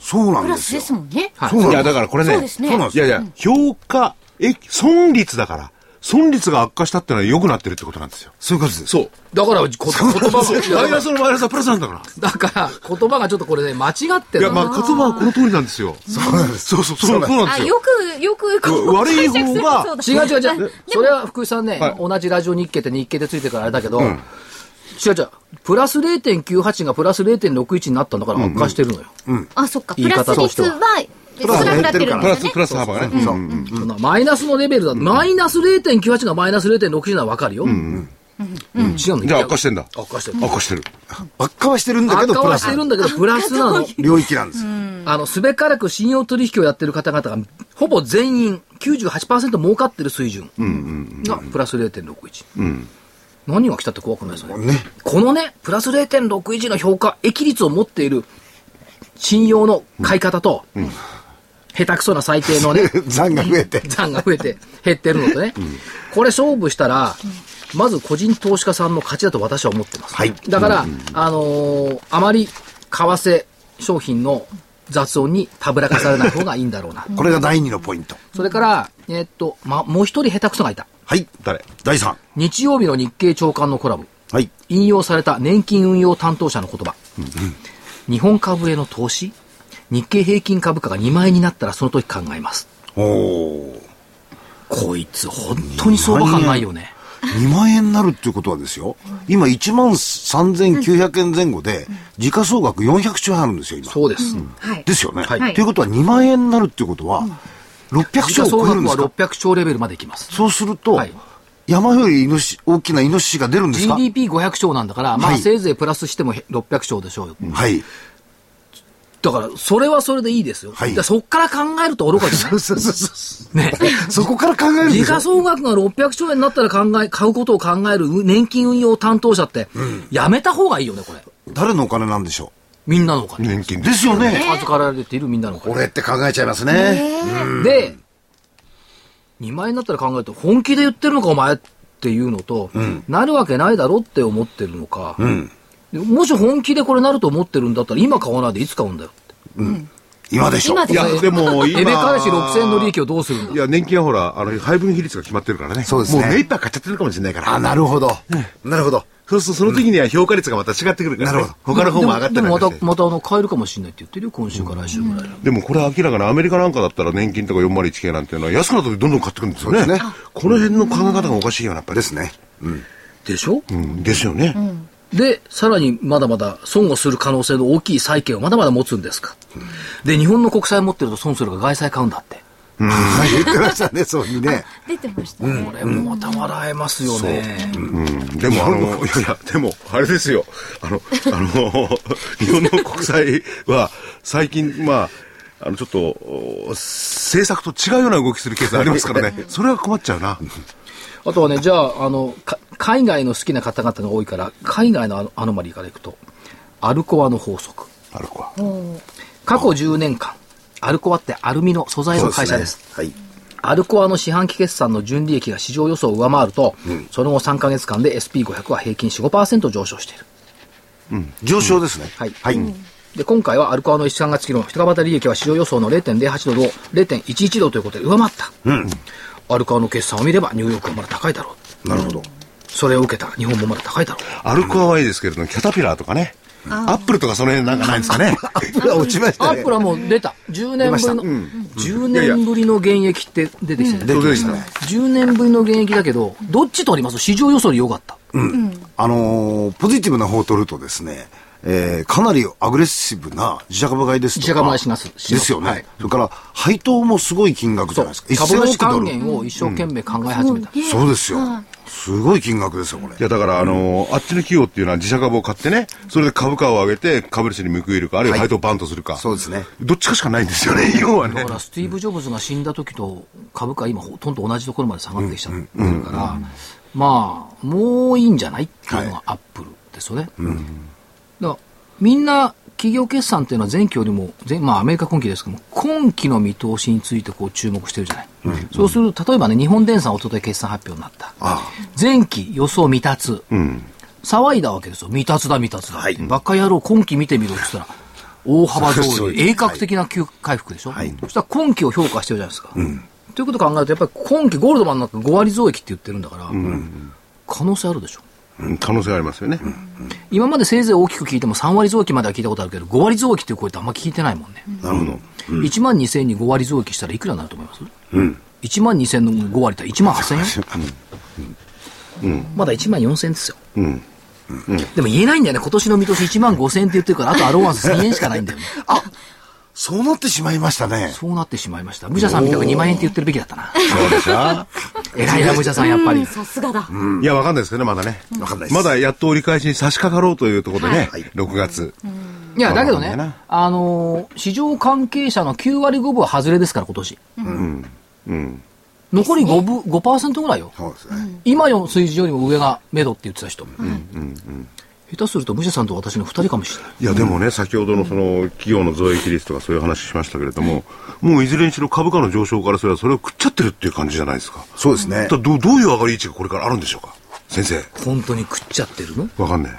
そうな
プ
んで
ラス
す
で
よ。
すもんね。
はい
そうなんで
い
す
や、だからこれね。
そうですね
そうなんです
いやいや、評価、え、損率だから。損率が悪化したってのは良くなってるってことなんですよ。
そういうことです。
そう。
だからこ、言
マイ
葉
ナ
が、
スのマイナスはプラスなんだから。
だから、言葉がちょっとこれね、間違って
い
る
や、まあ、言葉はこの通りなんですよ。そうなんです。そうそう、そうなんで
あ、
すよ。
よく、よく、こう、
悪い
解釈
方が
するとそうだ
違う違う違う。それは福井さんね、
はい
同じラジオ日経って日経でついてるからあれだけど、違う違う。プラス0.98がプラス0.61になったんだから悪化してるのよ。
あ、そっか。
言
プ
い
ラ
方
ス
として
率
は
は、少
ラス
なくなってる
減ってる
ん
から
プ
だ
ラ
よ
ス、
ね
プ。ラス幅がね。
そう
そのマイナスのレベルだ、マイナス0.98がマイナス0.60ならわかるよ。うん違うんだよ
じゃあ悪化してんだ。
悪化してる。
悪化してる。
悪化はしてるんだけ
悪
ど、
化
プ
は
ラ
して
ス
る。んだけど、プラスなの。
領域なんです。
あの、すべからく信用取引をやってる方々が、ほぼ全員98%儲かってる水準がプラス0.61。何が来たって怖くないですよね。
ね。 *laughs*
このね、プラス0.61の評価、益率を持っている信用の買い方と、下手くそな最低のね、
残が増えて。
残が増えて減ってるのとね、これ勝負したら、まず個人投資家さんの勝ちだと私は思ってます。
はい
だから、あのーあまり為替商品の雑音にたぶらかされない方がいいんだろうな。
これが第二のポイント。
それから、えーっと、ま、もう一人下手くそがいた。
はい。
誰
第三。
日曜日の日経長官のコラム。
はい。
引用された年金運用担当者の言葉、日本株への投資日経平均株価が2万円になったらその時考えます
おお。
こいつ本当に相場感ないよね
2万円になるっていうことはですよ。今1万3900円前後で、時価総額400兆円あるんですよ、今。
そうです、
はい
で。すよね。
はい
ということは2万円になるっていうことは、600
時
兆
価
を
総
超えるん
額
で
は
すか
600兆レベルまでいきます
そうすると、
はい
山よりイノシ大きなイノシシが出るんですか
GDP500 兆なんだから、ま
は
あ
い
せいぜいプラスしても600兆でしょうよ、
はい。
だからそれはそれでいいですよ、
はい
だからそっから考えると愚かじゃない
そうそうそう
ね
そこから考えるんで
時
すよ
価。総額が600兆円になったら考え買うことを考える年金運用担当者って、やめた方がいいよねこれ
誰のお金なんでしょ
みんなのお金、
年金
う。
で。
ですすよね。
預かられているみんなのお金
これって考えちゃいますね。
で、2万円になったら考えると、本気で言ってるのか、お前っていうのと、なるわけないだろって思ってるのか、でもし本気でこれなると思ってるんだったら、今買わないでいつ買うんだよ。
今でしょ。
今
い
で
や
す。、
でも今、
エメ彼氏6000円の利益をどうするん
い
だ
や、年金はほら、あの、配分比率が決まってるからね。
そうですね
もう目いっぱい買っちゃってるかもしれないから。
あ、なるほど。なるほど。
そうすると、その時には評価率がまた違ってくるから
な
ね。
るほ
他の方も上がった
で
り
も
なんか
でもま
して
た、またあの、買えるかもしれないって言ってるよ、今週か来週ぐらいの。
でもこれ明らかにアメリカなんかだったら年金とか 401k 系なんていうのは安くなった時どんどん買ってくるんですよね。
そうですね
この辺の考え方がおかしいよな、やっぱり。
ですね。
でしょ
うん、ですよね。
で、さらにまだまだ損をする可能性の大きい債券をまだまだ持つんですか。で、日本の国債持ってると損するから外債買うんだって。
はい言ってましたね、そうにね。
出てましたね
こ。れもまた笑えますよね。
うんでも、あの、 *laughs* いやいや、でも、あれですよ。あの、あの、 *laughs* 日本の国債は、最近、まあ、あの、ちょっと、お政策と違うような動きするケースありますから *laughs* ね。それは困っちゃうな。
あとはね、じゃあ、あの、か海外の好きな方々が多いから、海外のアノアノマリーからいくと、アルコアの法則。
ある子は。
過去10年間、アルコアってアルミの素材の会社です。
はい。
アルコアの四半期決算の純利益が市場予想を上回ると、その後3ヶ月間で SP500 は平均4、5%上昇している。
上昇ですね。
はい
はい。
で、今回はアルコアの1、3月期の一株当たり利益は市場予想の0.08ドルを0.11ドルということで上回った。アルコアの決算を見ればニューヨークはまだ高いだろう。
なるほど。
それを受けた日本もまだ高いだろう。
アルコアはいいですけれども、キャタピラーとかね。アップルとかその辺なんかないんですか *laughs* ね。
落ちまし
ア
た
ッ
ね
プ。ルはもう出た。10年ぶりの、10年ぶりの現役って出てきてる。
出てきたね。
10年ぶりの現役だけど、どっち取ります市場予想より良かった。
あのーポジティブな方を取るとですね、えーかなりアグレッシブな自社株買いですとか。
自社株買いしますします
ですよね。
はい
それから、配当もすごい金額じゃないですか。
株主
1000
還元を一生懸命考え始めた。
そうですよ。すごい金額ですよ、こ
い
れ。
や、だから、あの、あっちの企業っていうのは自社株を買ってね、それで株価を上げて株主に報いるか、あるいは配当バンとするか。
そうですね。
どっちかしかないんです
*laughs*
よね、要はね
だか。らスティーブ・ジョブズが死んだ時と株価今ほとんど同じところまで下がってきちゃってるから、まあ、もういいんじゃないっていうのがアップルですよね。だからみんな企業決算っていうのは前期よりも、前まあ、アメリカ今期ですけども、今期の見通しについてこう注目してるじゃない。そうすると、例えばね、日本電産は一昨日決算発表になった。前期予想未達。騒いだわけですよ。未達だ、未達だって。バカ野郎、今期見てみろって言ったら、大幅
そ
増
う
益、
です
鋭角的な急回復でしょ。そしたら今期を評価してるじゃないですか。ということを考えると、やっぱり今期ゴールドマンなんか5割増益って言ってるんだから、可能性あるでしょ。
うん可能性ありますよね。
今までせいぜい大きく聞いても3割増益までは聞いたことあるけど、5割増益っていう声ってあんま聞いてないもんね。
なるほど。
1万2000に5割増益したらいくらになると思います、?1 万2000の5割って1万8000円、まだ1万4000円ですよ。
うん。
でも言えないんだよね。今年の見通し1万5000円って言ってるから、あとアローワンス1000円しかないんだよね。
そうなってしまいましたね。
そうなってしまいました。武者さんみたく2万円って言ってるべきだったな。
そうでしょわ
偉いな、武者さん、やっぱり。
さすがだ。
いや、わかんないですけどね、まだね。
かんないです。
まだやっと折り返しに差し掛かろうというところでね、
はい
6月。
いや、だけど
わかんない
ね
な、
あのー市場関係者の9割5分は外れですから、今年。
うん。
残り5分、5%ぐらいよ。
そうですね。
今の水準よりも上が目処って言ってた人、下手すると武者さんと私の2人かもしれない
いや、でもね、先ほどのその、企業の増益率とかそういう話しましたけれども、もういずれにしろ株価の上昇からすればそれを食っちゃってるっていう感じじゃないですか。
そうですね
だ。どどういう上がり位置がこれからあるんでしょうか先生。
本当に食っちゃってるの
わかんね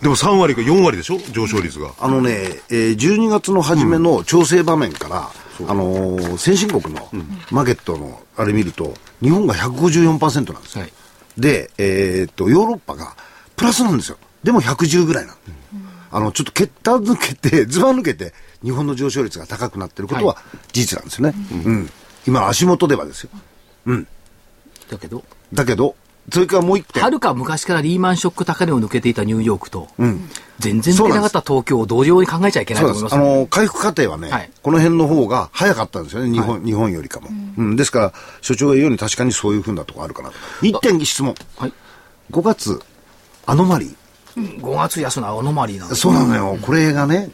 え。でも3割か4割でしょ上昇率が。
あのね、えー12月の初めの調整場面から、あのー先進国のマーケットのあれ見ると、日本が154%なんですよ。
はい
で、えーっと、ヨーロッパがプラスなんですよ。でも110ぐらいなんであの、ちょっと桁抜けて、 *laughs* ズバ抜けて、日本の上昇率が高くなってることは
は
事実なんですよね。うん。今、足元ではですよ。
だけど
だけど、それからもう一点。
はるか昔からリーマンショック高値を抜けていたニューヨークと、全然抜
そう
け
なん
な
で
か
す
った東京を同様に考えちゃいけないと
そ
思
う
い
で。
ますす
あ
よ
の、回復過程はね、
はい
この辺の方が早かったんですよね、日本、日本よりかも、うん。ですから、所長が言うように確かにそういうふうなとこあるかなと。一点質問。
はい、
5月、アノマリー。
5月安のアノマリーなんです
そうなのよ、これがね、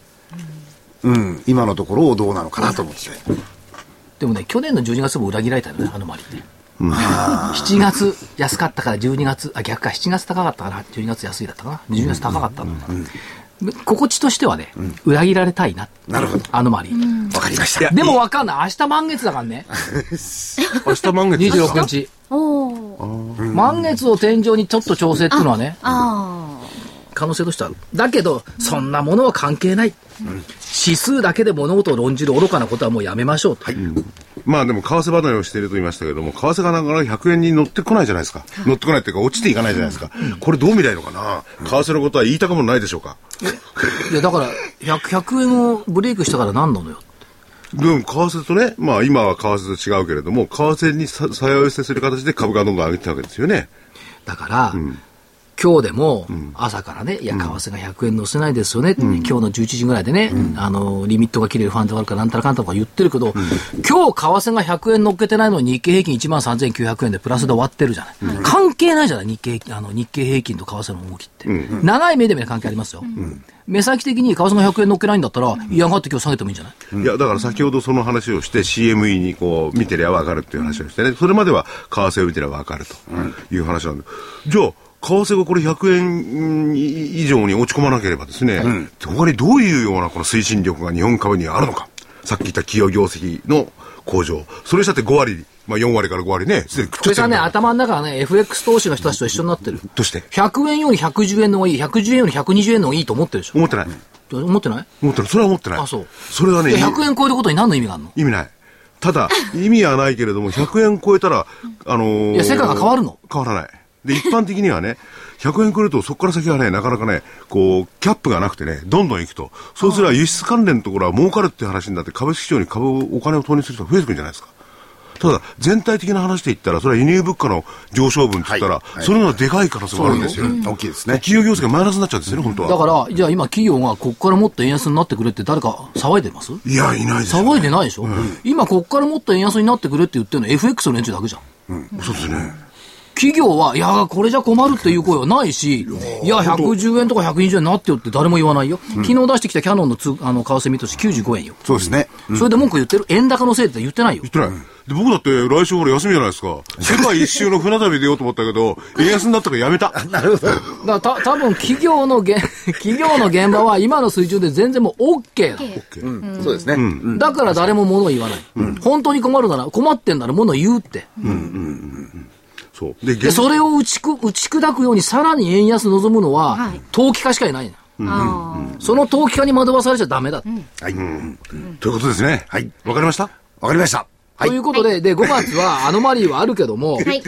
うん、今のところをどうなのかなと思って。
でもね去年の12月も裏切られたよねアノマリーって、7月安かったから12月あ逆か7月高かったから12月安いだったかな12月高かったんだな、心地としてはね、裏切られたいな
なるほど
アノマリー、
わかりました。
でもわかんない明日満月だからね
明日満月です
26日。
おお。
満月を天井にちょっと調整っていうのはね、
あ
可能性としてはある。だけど、そんなものは関係ない。指数だけで物事を論じる愚かなことはもうやめましょうと。
まあでも為替離れをしていると言いましたけども、為替がなかなか100円に乗ってこないじゃないですか。乗ってこないっていうか、落ちていかないじゃないですか。これどう見りゃいいのかな為替のことは言いたくもないでしょうか。
いや、だから、100、100円をブレイクしたから何なのよ。
でも、為替とね、まあ今は為替と違うけれども、為替にささや寄せする形で株価がどんどん上げてたわけですよね。
だから、今日でも朝からね、いや、為替が100円乗せないですよね、今日の11時ぐらいでね、あの、リミットが切れるファンドがあるから、なんたらかんたらとか言ってるけど、今日為替が100円乗っけてないのに、日経平均1万3900円でプラスで終わってるじゃない。関係ないじゃない、日経平均あの日経平均と為替の動きって。長い目で見れば関係ありますよ。目先的に為替が100円乗っけないんだったら、嫌がって今日下げてもいいんじゃない
いや、だから先ほどその話をして CME にこう、見てりゃわかるっていう話をしてね、それまでは為替を見てりゃわかるという話なんで、じゃあ、為替がこれ100円以上に落ち込まなければですね、他にどういうようなこの推進力が日本株にあるのか。さっき言った企業業績の向上。それしたって5割、まあ4割から5割ね、すでに
こ
食っ
れ
ちゃ
さ
ってるん
ね、
だから
頭の中はね、FX 投資の人たちと一緒になってる。
どうして
100円より110円の方がいい、110円より120円の方がいいと思ってるでしょ
思ってない。
思ってない
思ってない。それは思ってない。
あそう
それはね、
いや100円超えることに何の意味があるの
意味ない。
*laughs*
ただ、意味はないけれども、100円超えたら、あのー
いや世界が変わるの
変わらない。で、一般的にはね、100円超えると、そこから先はね、なかなかね、こう、キャップがなくてね、どんどん行くと。そうすれば輸出関連のところは儲かるっていう話になって、株式市場に株を、お金を投入する人が増えてくるんじゃないですか。ただ、全体的な話で言ったら、それは輸入物価の上昇分って言ったら、
はいはい
それの方がでかい可能性があるんですよ。
うん大きいですね。
企業業績がマイナスになっちゃうんですよね、本当は。
だから、じゃあ今企業がここからもっと円安になってくれって誰か騒いでます
いや、いないですよ、
騒いでないでしょ、今ここからもっと円安になってくれって言ってるの FX の連中だけじゃん。
そうですね。
企業は、いや、これじゃ困るっていう声はないし、いや、110円とか120円になってよって誰も言わないよ。昨日出してきたキャノンのつあの為替見通し95円よ。
そうですね。
それで文句言ってる円高のせいって言ってないよ
言っ。てない。で、僕だって来週ほら休みじゃないですか。世界一周の船旅出ようと思ったけど、円安になったからやめた。
だからた多分企業のげん *laughs* 企業の現場は今の水準で全然もう OK だ。
うんそうですね。
だから誰も物を言わない。本当に困るなら、困ってんなら物を言うって。
そう。で、
で、
現
それを打ちく打ち砕くようにさらに円安望むのは、
はい
投機化しかいないの
あー
その投機化に惑わされちゃダメだ。
はい。
ということですね。
はい。
わかりました
わかりました。は
とい
い。
うことで、で、5月
*laughs*
はアノマリーはあるけども、
はい。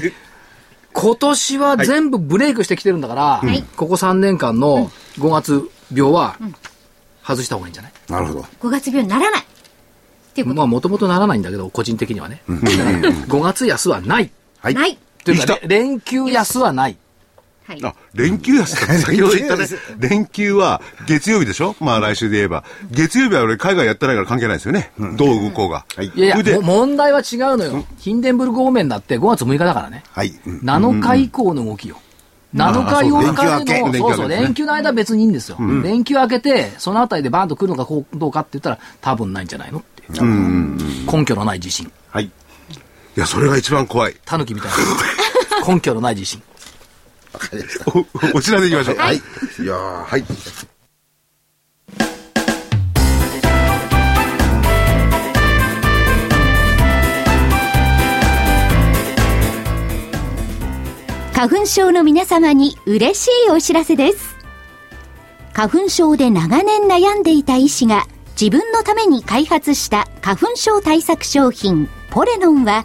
今年は全部ブレイクしてきてるんだから、
い
ここ3年間の5月病は、外した方がいいんじゃない、
なるほど。
5月病にならない。っていうこ
まあ、もともとならないんだけど、個人的にはね。5月安はない。
は
と。
い。
ない。
というか、れ連休安はない。
はい。
あ、連休やした。先ほど言ったね。連休は月曜日でしょまあ来週で言えば。月曜日は俺海外やってないから関係ないですよね。どう動こうが。
はい
いや
それ
いや、
で
も問題は違うのよ。ヒンデンブルク方面だって5月6日だからね。
はい。うん
7日以降の動きよ。7日を
あ
明
ー
け
そう
の、
連休明け
そうそう、
連休明けですね
連休の間は別にいいんですよ。連休明けて、そのあたりでバーンと来るのかこうどうかって言ったら、多分ないんじゃないのっていう。根拠のない自信。
はい。
いや、それが一番怖い。
タヌキみたいな。根拠のない自信。
わかりました。
おお知らせいきましょう。
はい。いやー *laughs* はい。
花粉症の皆様に嬉しいお知らせです。花粉症で長年悩んでいた医師が自分のために開発した花粉症対策商品ポレノンは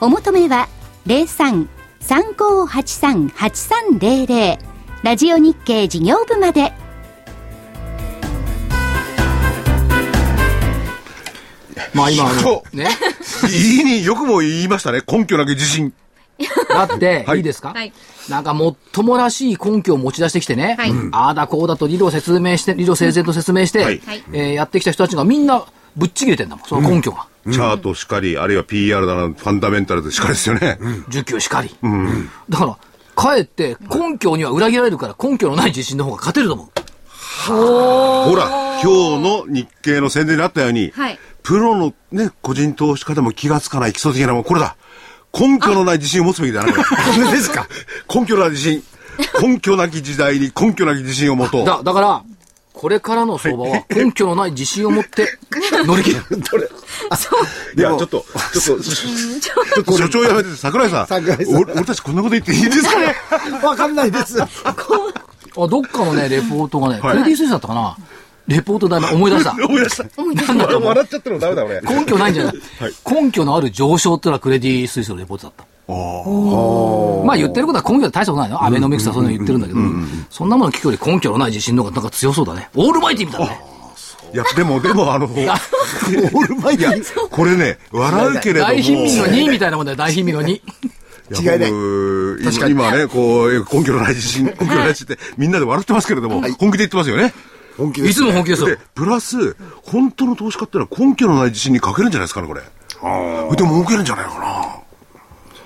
お求めは03-3583-8300ラジオ日経事業部まで
まあ今、あの
そ、
ね。
いいによくも言いましたね。根拠なき自信。
だって、、
はいい
いですか、
はい
なんか、もっともらしい根拠を持ち出してきてね、
はい
うんああだこうだと理路を説明して、理路整然と説明して、
はい
はい
えーやってきた人たちがみんなぶっちぎれてんだもん、その根拠が。
チャートしかり、あるいは PR だな、ファンダメンタルでしかりですよね。
需給しかり。だから、かえって根拠には裏切られるから根拠のない自信の方が勝てると思う。
ほら、今日の日経の宣伝にあったように、
はい
プロのね、個人投資家でも気がつかない基礎的なもん、これだ。根拠のない自信を持つべきだな。ですか根拠のない自信。根拠なき時代に根拠なき自信を持とう。
だ、だから、これからの相場は根拠のない自信を持
*laughs*
って乗り切る。
いや、ちょっと、ちょっと、ちょっと所長やめてて、桜井さん。
桜井さん
お俺たちこんなこと言っていいんですかね
*laughs* わかんないです。
あ、どっかのね、レポートがね、
は
ク
い
レディ・スイスだったかなレポートだな、思い出した。
思い出した。
なんだと思う
笑っちゃってるのダメだ、俺。
根拠ないんじゃない、根拠のある上昇ってのはクレディ・スイスのレポートだった。まあ言ってることは根拠で大したことないのアベノミクスはそういうの言ってるんだけど、そんなもの聞くより根拠のない自信の方がなんか強そうだね。オールマイティみたいなね。
いや、でも、でも、あの、
オールマイティー。
これね、笑うけれども。
大貧民の2みたいなもんだよ、大貧民の2。
い
違いない
僕
確かに
今今ね、こう、根拠のない自信、根拠のない自信って、みんなで笑ってますけれども、本気で言ってますよね。
本気で
い
す
つ。も本気
*laughs*
ですよ
で。、プラス、本当の投資家ってのは根拠のない自信に欠けるんじゃないですかね、これ。でも儲けるんじゃないのか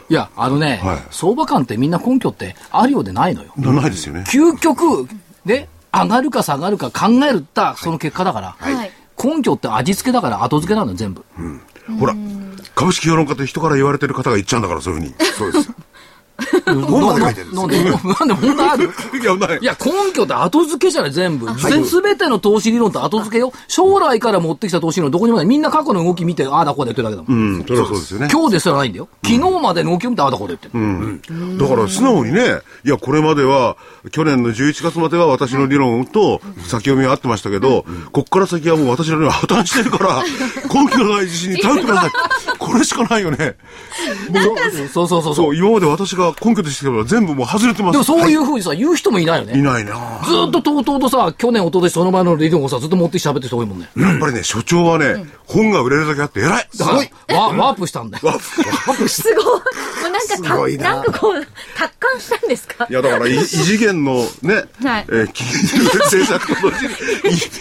いや、あのね、
はい
相場感ってみんな根拠ってあるようでないのよ。
な。なないですよね。
究極、ね、上がるか下がるか考えるった、その結果だから、
はい。
根拠って味付けだから後付けなのよ、全部。
ほら、株式評論家って人から言われてる方が言っちゃうんだから、そういうふうに。そうです。
本まで書いてるんです
な
よ
んで、なんで問題ある
*laughs* いや、ない
い。や、根拠って後付けじゃない、全部。すべての投資理論って後付けよ。将来から持ってきた投資理論どこにもない。みんな過去の動き見て、ああだこうだ言ってるだけだもん。
うん、それはそうですよね。
今日ですらないんだよ。昨日までの動きを見て、ああだこうだ言ってる。
だから素直にね、いや、これまでは、去年の11月までは私の理論と先読みは合ってましたけど、こっから先はもう私の理論は破綻してるから、
*laughs*
根拠のない自信に頼ってください。これしかないよね。
そうそうそうそ。
そうう、今まで私が根拠としてたから全部もう外れてま
でも
す。
そういうふうにさ、言う人もいないよ
い
ね。
ないな
ずーっととうとうとさ、去年、一昨年その前の理論をさ、ずっと持ってきて喋ってる人多いもんね。
やっぱりね、所長はね、本が売れるだけあって偉い
だから、ワワープしたんだよ。
すごい。もうなんかた、
ごいな
なんかこう、達観したんですか
いや、だから、い異次元のね、
はい
えー金融政策と同時に、い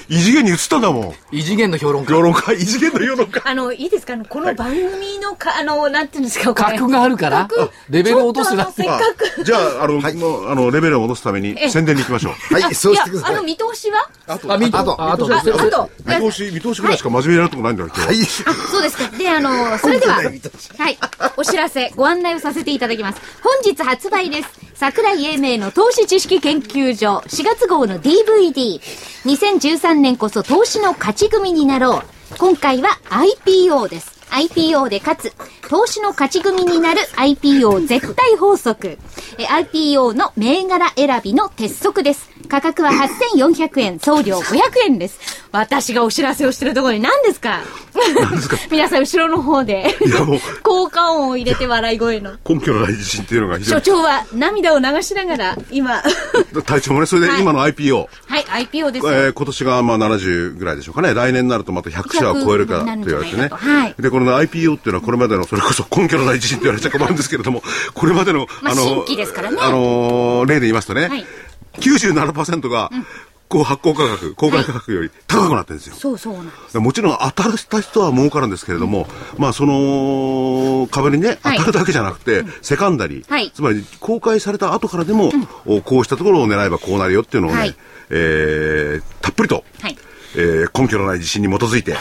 異次元に移ったんだもん。
異次元の評論家
世。論家、異次元の世論家。
あの、いいですかあのこの番組のか、あの、なんていうんですか、これ
格があるから
格
レベルを落とすな
ちょっとあのせっかく。
じゃあ、あの、もうあの、レベルを戻すために
え
宣伝に行きましょう。
はい、そうしてくだ
い
さ
や、あの、
い。
見通しは
あ
あ、見と、ああと、
あ、あ
せせ
と、
見通し、見通しぐらいしか真面目にやるとこないんだよ、今日。
はい。
あ、そうですか。で、あの、それでは、はい、お知らせ、ご案内をさせていただきます。本日発売です。桜井英明の投資知識研究所4月号の DVD。2013年こそ投資の勝ち組になろう。今回は IPO です。IPO で勝つ、投資の勝ち組になる IPO 絶対法則。え IPO の銘柄選びの鉄則です。価格は8400円、送料500円です。私がお知らせをしてるところに何ですか *laughs* 皆さん後ろの方 *laughs* で、
やもう
効果音を入れて笑い声の。
根拠のない自信っていうのが非常
所
に。
長は涙を流しながら、今、は
体調もね、それ
は
で
い
今の IPO。
い、IPO です
え
よ。
ー今年がまあ70ぐらいでしょうかね。来年になるとまた100社を超えるかと言われてね。
100はい
で、この IPO っていうのはこれまでの、それこそ *laughs* 根拠のない自信って言われちゃ困るんですけれども、これまでの、
まあ新規ですからね
あのー例で言いますとね、
はい
97%が、こう発行価格、公開価格より高くなってるんですよ。
そうそうなんです。
もちろん当たった人は儲かるんですけれども、まあその株にね、当
はい
たるだけじゃなくて、セカンダリー、
はい
つまり公開された後からでも、おこうしたところを狙えばこうなるよっていうのをね、
はい
えーたっぷりと、
はい。
えー根拠のない自信に基づ
*laughs*
いて、
い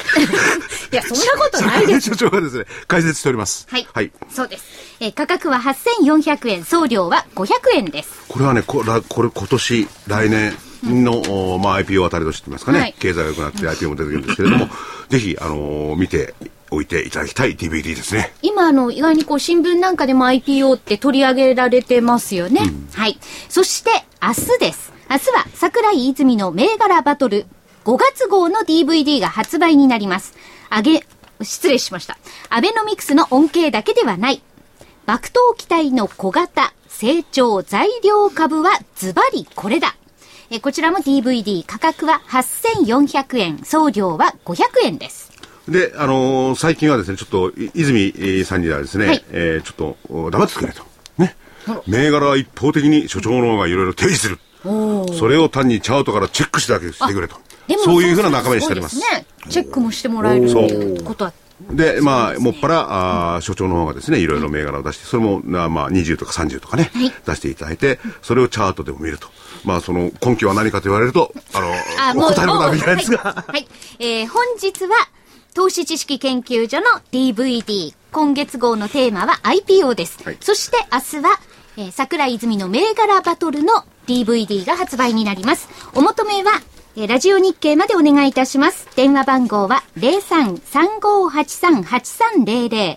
や、そんなことないです。
所長がですね、解説しております。
はい。そうです。えー価格は8400円、送料は500円です。
これはね、こらこれ今年、来年、の、おまあ、IPO あたり年と言いますかね、
はい
経済が良くなって IPO も出てくるんですけれども、ぜひ、あのー見ておいていただきたい DVD ですね。
今、あの、意外にこう、新聞なんかでも IPO って取り上げられてますよね。はい。そして、明日です。明日は、桜井泉の銘柄バトル、5月号の DVD が発売になります。あげ、失礼しました。アベノミクスの恩恵だけではない。爆投機体の小型、成長、材料株はズバリこれだ。えこちらも DVD 価格は8400円、送料は500円です。
で、あのー最近はですね、ちょっと、い泉えーさんにはですね、
はい
えーちょっとお、黙っててくれと。ね。銘柄は一方的に所長の方がいろいろ提示する。それを単にチャートからチェックしてだけしてくれと。そういうふうな仲間にしております。
そうするとごいですね、チェックもしてもらえるっていうことは。
で、まあ、もっぱら、あー所長の方がですね、いろいろ銘柄を出して、それも、なまあ、20とか30とかね、出していただいて、それをチャートでも見ると。まあ、その、根拠は何かと言われると、あ
あ、
の、
もう、
お答えのことは
もう
できないんですが、
はい。はいえー本日は、投資知識研究所の DVD。今月号のテーマは IPO です。
はい
そして明日は、えー桜井泉の銘柄バトルの DVD が発売になります。お求めは、えーラジオ日経までお願いいたします。電話番号は03-3583-8300、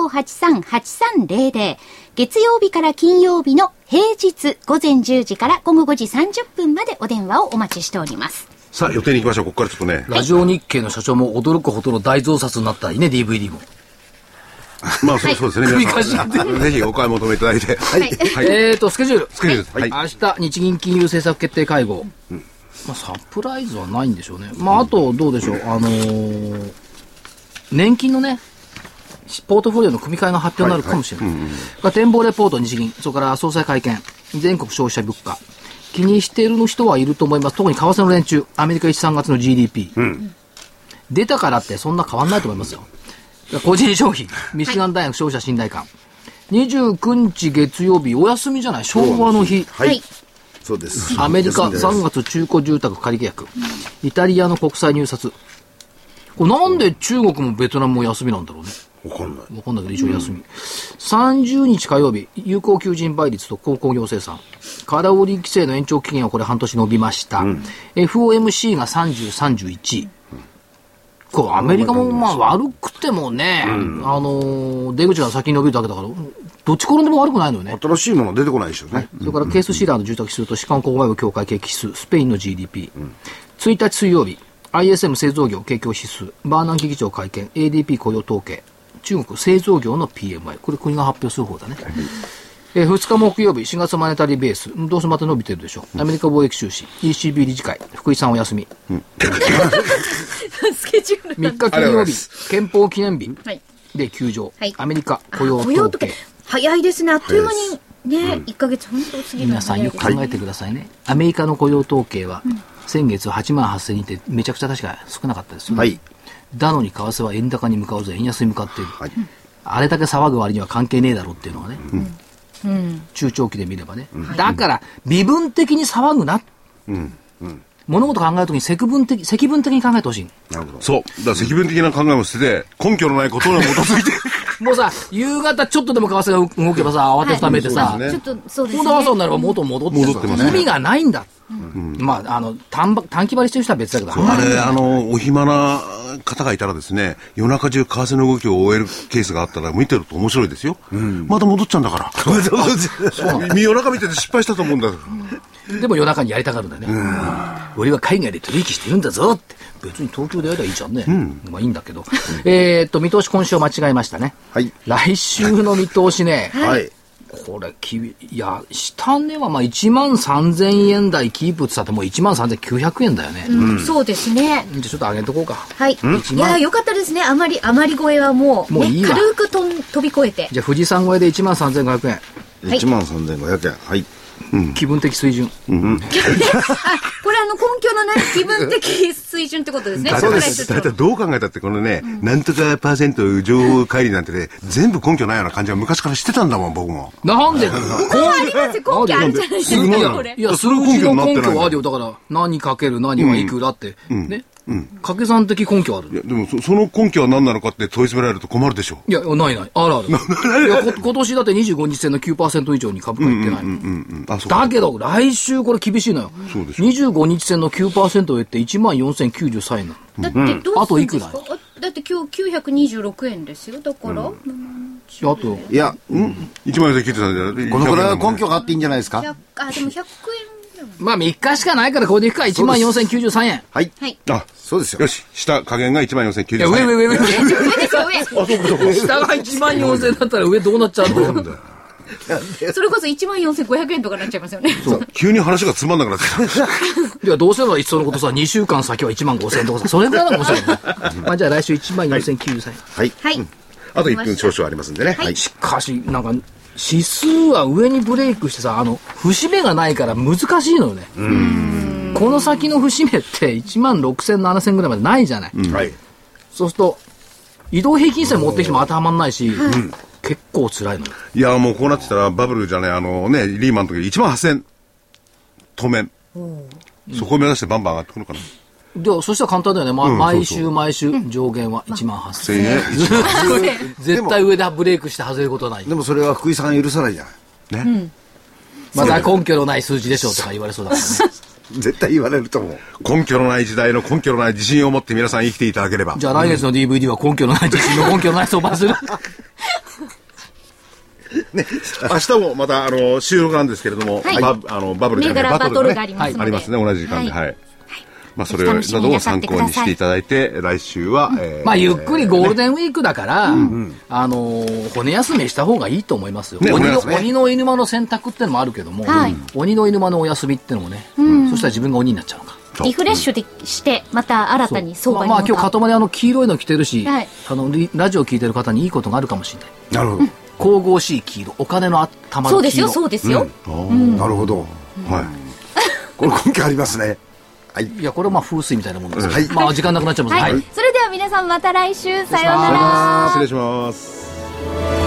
03-3583-8300、月曜日から金曜日の平日午前10時から午後5時30分までお電話をお待ちしております。
さあ、予定に行きましょう。ここからちょっとね、
ラジオ日経の社長も驚くほどの大増刷になったらいいね、DVD も。
まあ、そうそうですね、
はい
皆さんあのぜひお買い求めいただいて。はい。はい
えーと、スケジュール。
スケジュールですはい
明日、日銀金融政策決定会合。まあ、サプライズはないんでしょうね。まあ、あと、どうでしょう。あのー年金のね、ポートフォリオの組み替えが発表になるかもしれない。が展望レポート、日銀。それから総裁会見。全国消費者物価。気にしている人はいると思います。特に為替の連中。アメリカ1、3月の GDP。出たからってそんな変わんないと思いますよ。個人消費、ミシガン大学消費者信頼感。29日月曜日、お休みじゃない、昭和の日。
はい。そうです。
アメリカ
休んでない
3月中古住宅仮契約。イタリアの国際入札。これなんで中国もベトナムも休みなんだろうね。
わかんない。
わかんないけど、一応休み。30日火曜日、有効求人倍率と高工業生産。空売り規制の延長期限はこれ半年延びました。FOMC が30、31。これアメリカもまあ悪くてもね、あのー出口が先に伸びるだけだから、どっち転んでも悪くないのよね。
新しいもの出てこないでしょうね。
それからケースシーラーの住宅指数とシカゴ購買部協会景気指数、スペインの GDP、1日水曜日、ISM 製造業景況指数、バーナンキ議長会見、ADP 雇用統計、中国製造業の PMI、これ国が発表する方だね。えー2日木曜日、4月マネタリーベース、うんどうせまた伸びてるでしょう。アメリカ貿易収支、ECB 理事会、福井さんお休み。
*laughs* スケジュールが
3日金
ありがとうござ
曜
いま
日、憲法記念日
はい
で休場、
はい
アメリカ雇用
あ雇用
統
と
計
け。早いですねあっという間にね、一1か月本当過ぎるの
皆さんよく考えてくださいね、アメリカの雇用統計は先月8万8000人ってめちゃくちゃ確か少なかったですよね、
はい。
だのに為替は円高に向かうず円安に向かっている、
はい。
あれだけ騒ぐ割には関係ねえだろうっていうのがね、中長期で見ればね、だから微分的に騒ぐな、物事考えるときに積分的積分的に考えてほしい
なるほど。
そう。だから積分的な考えも捨てて、根拠のないことに基づいて。
もうさ夕方ちょっとでも為替が動けばさ慌てふためてさ、
そうです
ちょっとそうです
こ
ね
の朝になれば元戻って
戻ってますね
意味がないんだ、まああの短ば短期張りしてる人は別だけど
あれ、あの、お暇な方がいたらですね、夜中中為替の動きを終えるケースがあったら見てると面白いですよ。また戻っちゃうんだ *laughs* から。夜中見てて失敗したと思うんだ
でも夜中にやりたがるんだね。俺は海外で取引してるんだぞって。別に東京でやればいいじゃんね。まあいいんだけど。えーっと、見通し今週は間違えましたね。
はい
来週の見通しね。
はい。
これ、きびいや、下値はまあ1万3000円台キープって言ったってもう1万3900円だよね。
うんそうですね
じゃあちょっと上げとこうか。
はいいやーよかったですねあまりあまり超えはもう,、ね、
もういいわ
軽くとん飛び越えて
じゃあ富士山越えで1万3500円。
はい
1万3500円。はい。
気分的水準。
これあの根拠のない気分的水準ってことですね
*laughs* だ
これ
いたいどう考えたってこのね、なんとかパーセント上帰りなんてね、全部根拠ないような感じは昔からしてたんだもん、僕も。
なんで
ありますよ根拠あるじゃないです
すごいな
かこれ
いや、数
それ根
字
拠に
の
なって
根
ない
拠はあるよ。だから、何かける何はいくらって、ね。掛け算的根拠ある
い。や、でもそその根拠は何なのかって問い詰められると困るでしょ。
いや、ないない。ある
*laughs*
ある。いや、こ *laughs* 今年だって25日線の9%以上に株価いってない。
うんうん。あ、そうか
だけど、来週これ厳しいのよ。
そうでしょ
25日線の9%を言って14,093円なの。
だってどうするんです
あ
か、あだって今日926円ですよだから、
いやあと、
いや、
一万円で聞いてたんだよ。
このくらいは根
拠。
拠があっていいんじゃないです
100
か
あでも100円だもん
まあ3日しかないからこれでいくか。14,093円。
はい。
はい
あ、
そうですよ
よ。し、下加減が1万4千9
いや、上上上上上。
上ですよ上
下が14,000だったら上どうなっちゃうの
それこそ1万4500円とかなっちゃいますよね
急に話がつまんなくなってきた。
いや、どうせならいっそのことさ、2週間先は1万5,000とかさ、それぐらいなのかもしれない。まあじゃあ来週14,093円。
はい。
はい、
あと1分少々ありますんでね。はい。
しかし、なんか、指数は上にブレイクしてさ、あの、節目がないから難しいのよね。この先の節目って1万6000、7000ぐらいまでないじゃない。
はい。
そうすると、移動平均線持ってきても当てはまんないし、結構辛いのよ。
いや、もうこうなってたらバブルじゃねえ、あのね、リーマンの時1万8千、当面。そこを目指してバンバン上がってくるかな。
で、そしたら簡単だよね。ま
うん
毎
そうそ
週毎週上限は1万8000
1000
円。
円。
*laughs* 絶対上でブレイクして外れることはない
で。もそれは福井さんが許さないじゃない。
まだ根拠のない数字でしょうとか言われそうだからね。
絶対言われると思う。
根拠のない時代の根拠のない自信を持って皆さん生きていただければ。
じゃあ来月の DVD は根拠のない自信の根拠のない相場す
*laughs*
る。
明日もまた、あの、収録なんですけれども、
はい
バブあのバブルじゃねえ
銘柄バトルがあり
ね。
ますので
ありますね、同じ時間で。
はい
はい。まあ、そ
ぜひ
れ
楽しみ
な
に
ど
な
を
さっ
参
てくだ
考
さい
にしていただいて、来週は、えー
まあ、ゆっくりゴールデンウィークだから、あのー骨休みした方がいいと思いますよ。
ね
鬼
骨
の
休みね
鬼の犬間の選択ってのもあるけども、
はい
鬼の犬間のお休みってのもね、そしたら自分が鬼になっちゃうのか。
リフレッシュでして、また新たに相
ま
場
あ、
に
まあ
乗
今日
った
かとまであの黄色いの着てるし、
はい
あのリラジオ聞いてる方にいいことがあるかもしれない。
なるほど。
神々しい黄色、お金の頭
そ
の
うです
黄
よ
色。
そうですよ、
なるほど。
はい。
これ根拠ありますね。はい。
いや、これはまあ風水みたいなものです
はい
まあ時間なくなっちゃいますね。
はい。
はい
それでは皆さんまた来週、さような
失礼します
ら。
失礼します。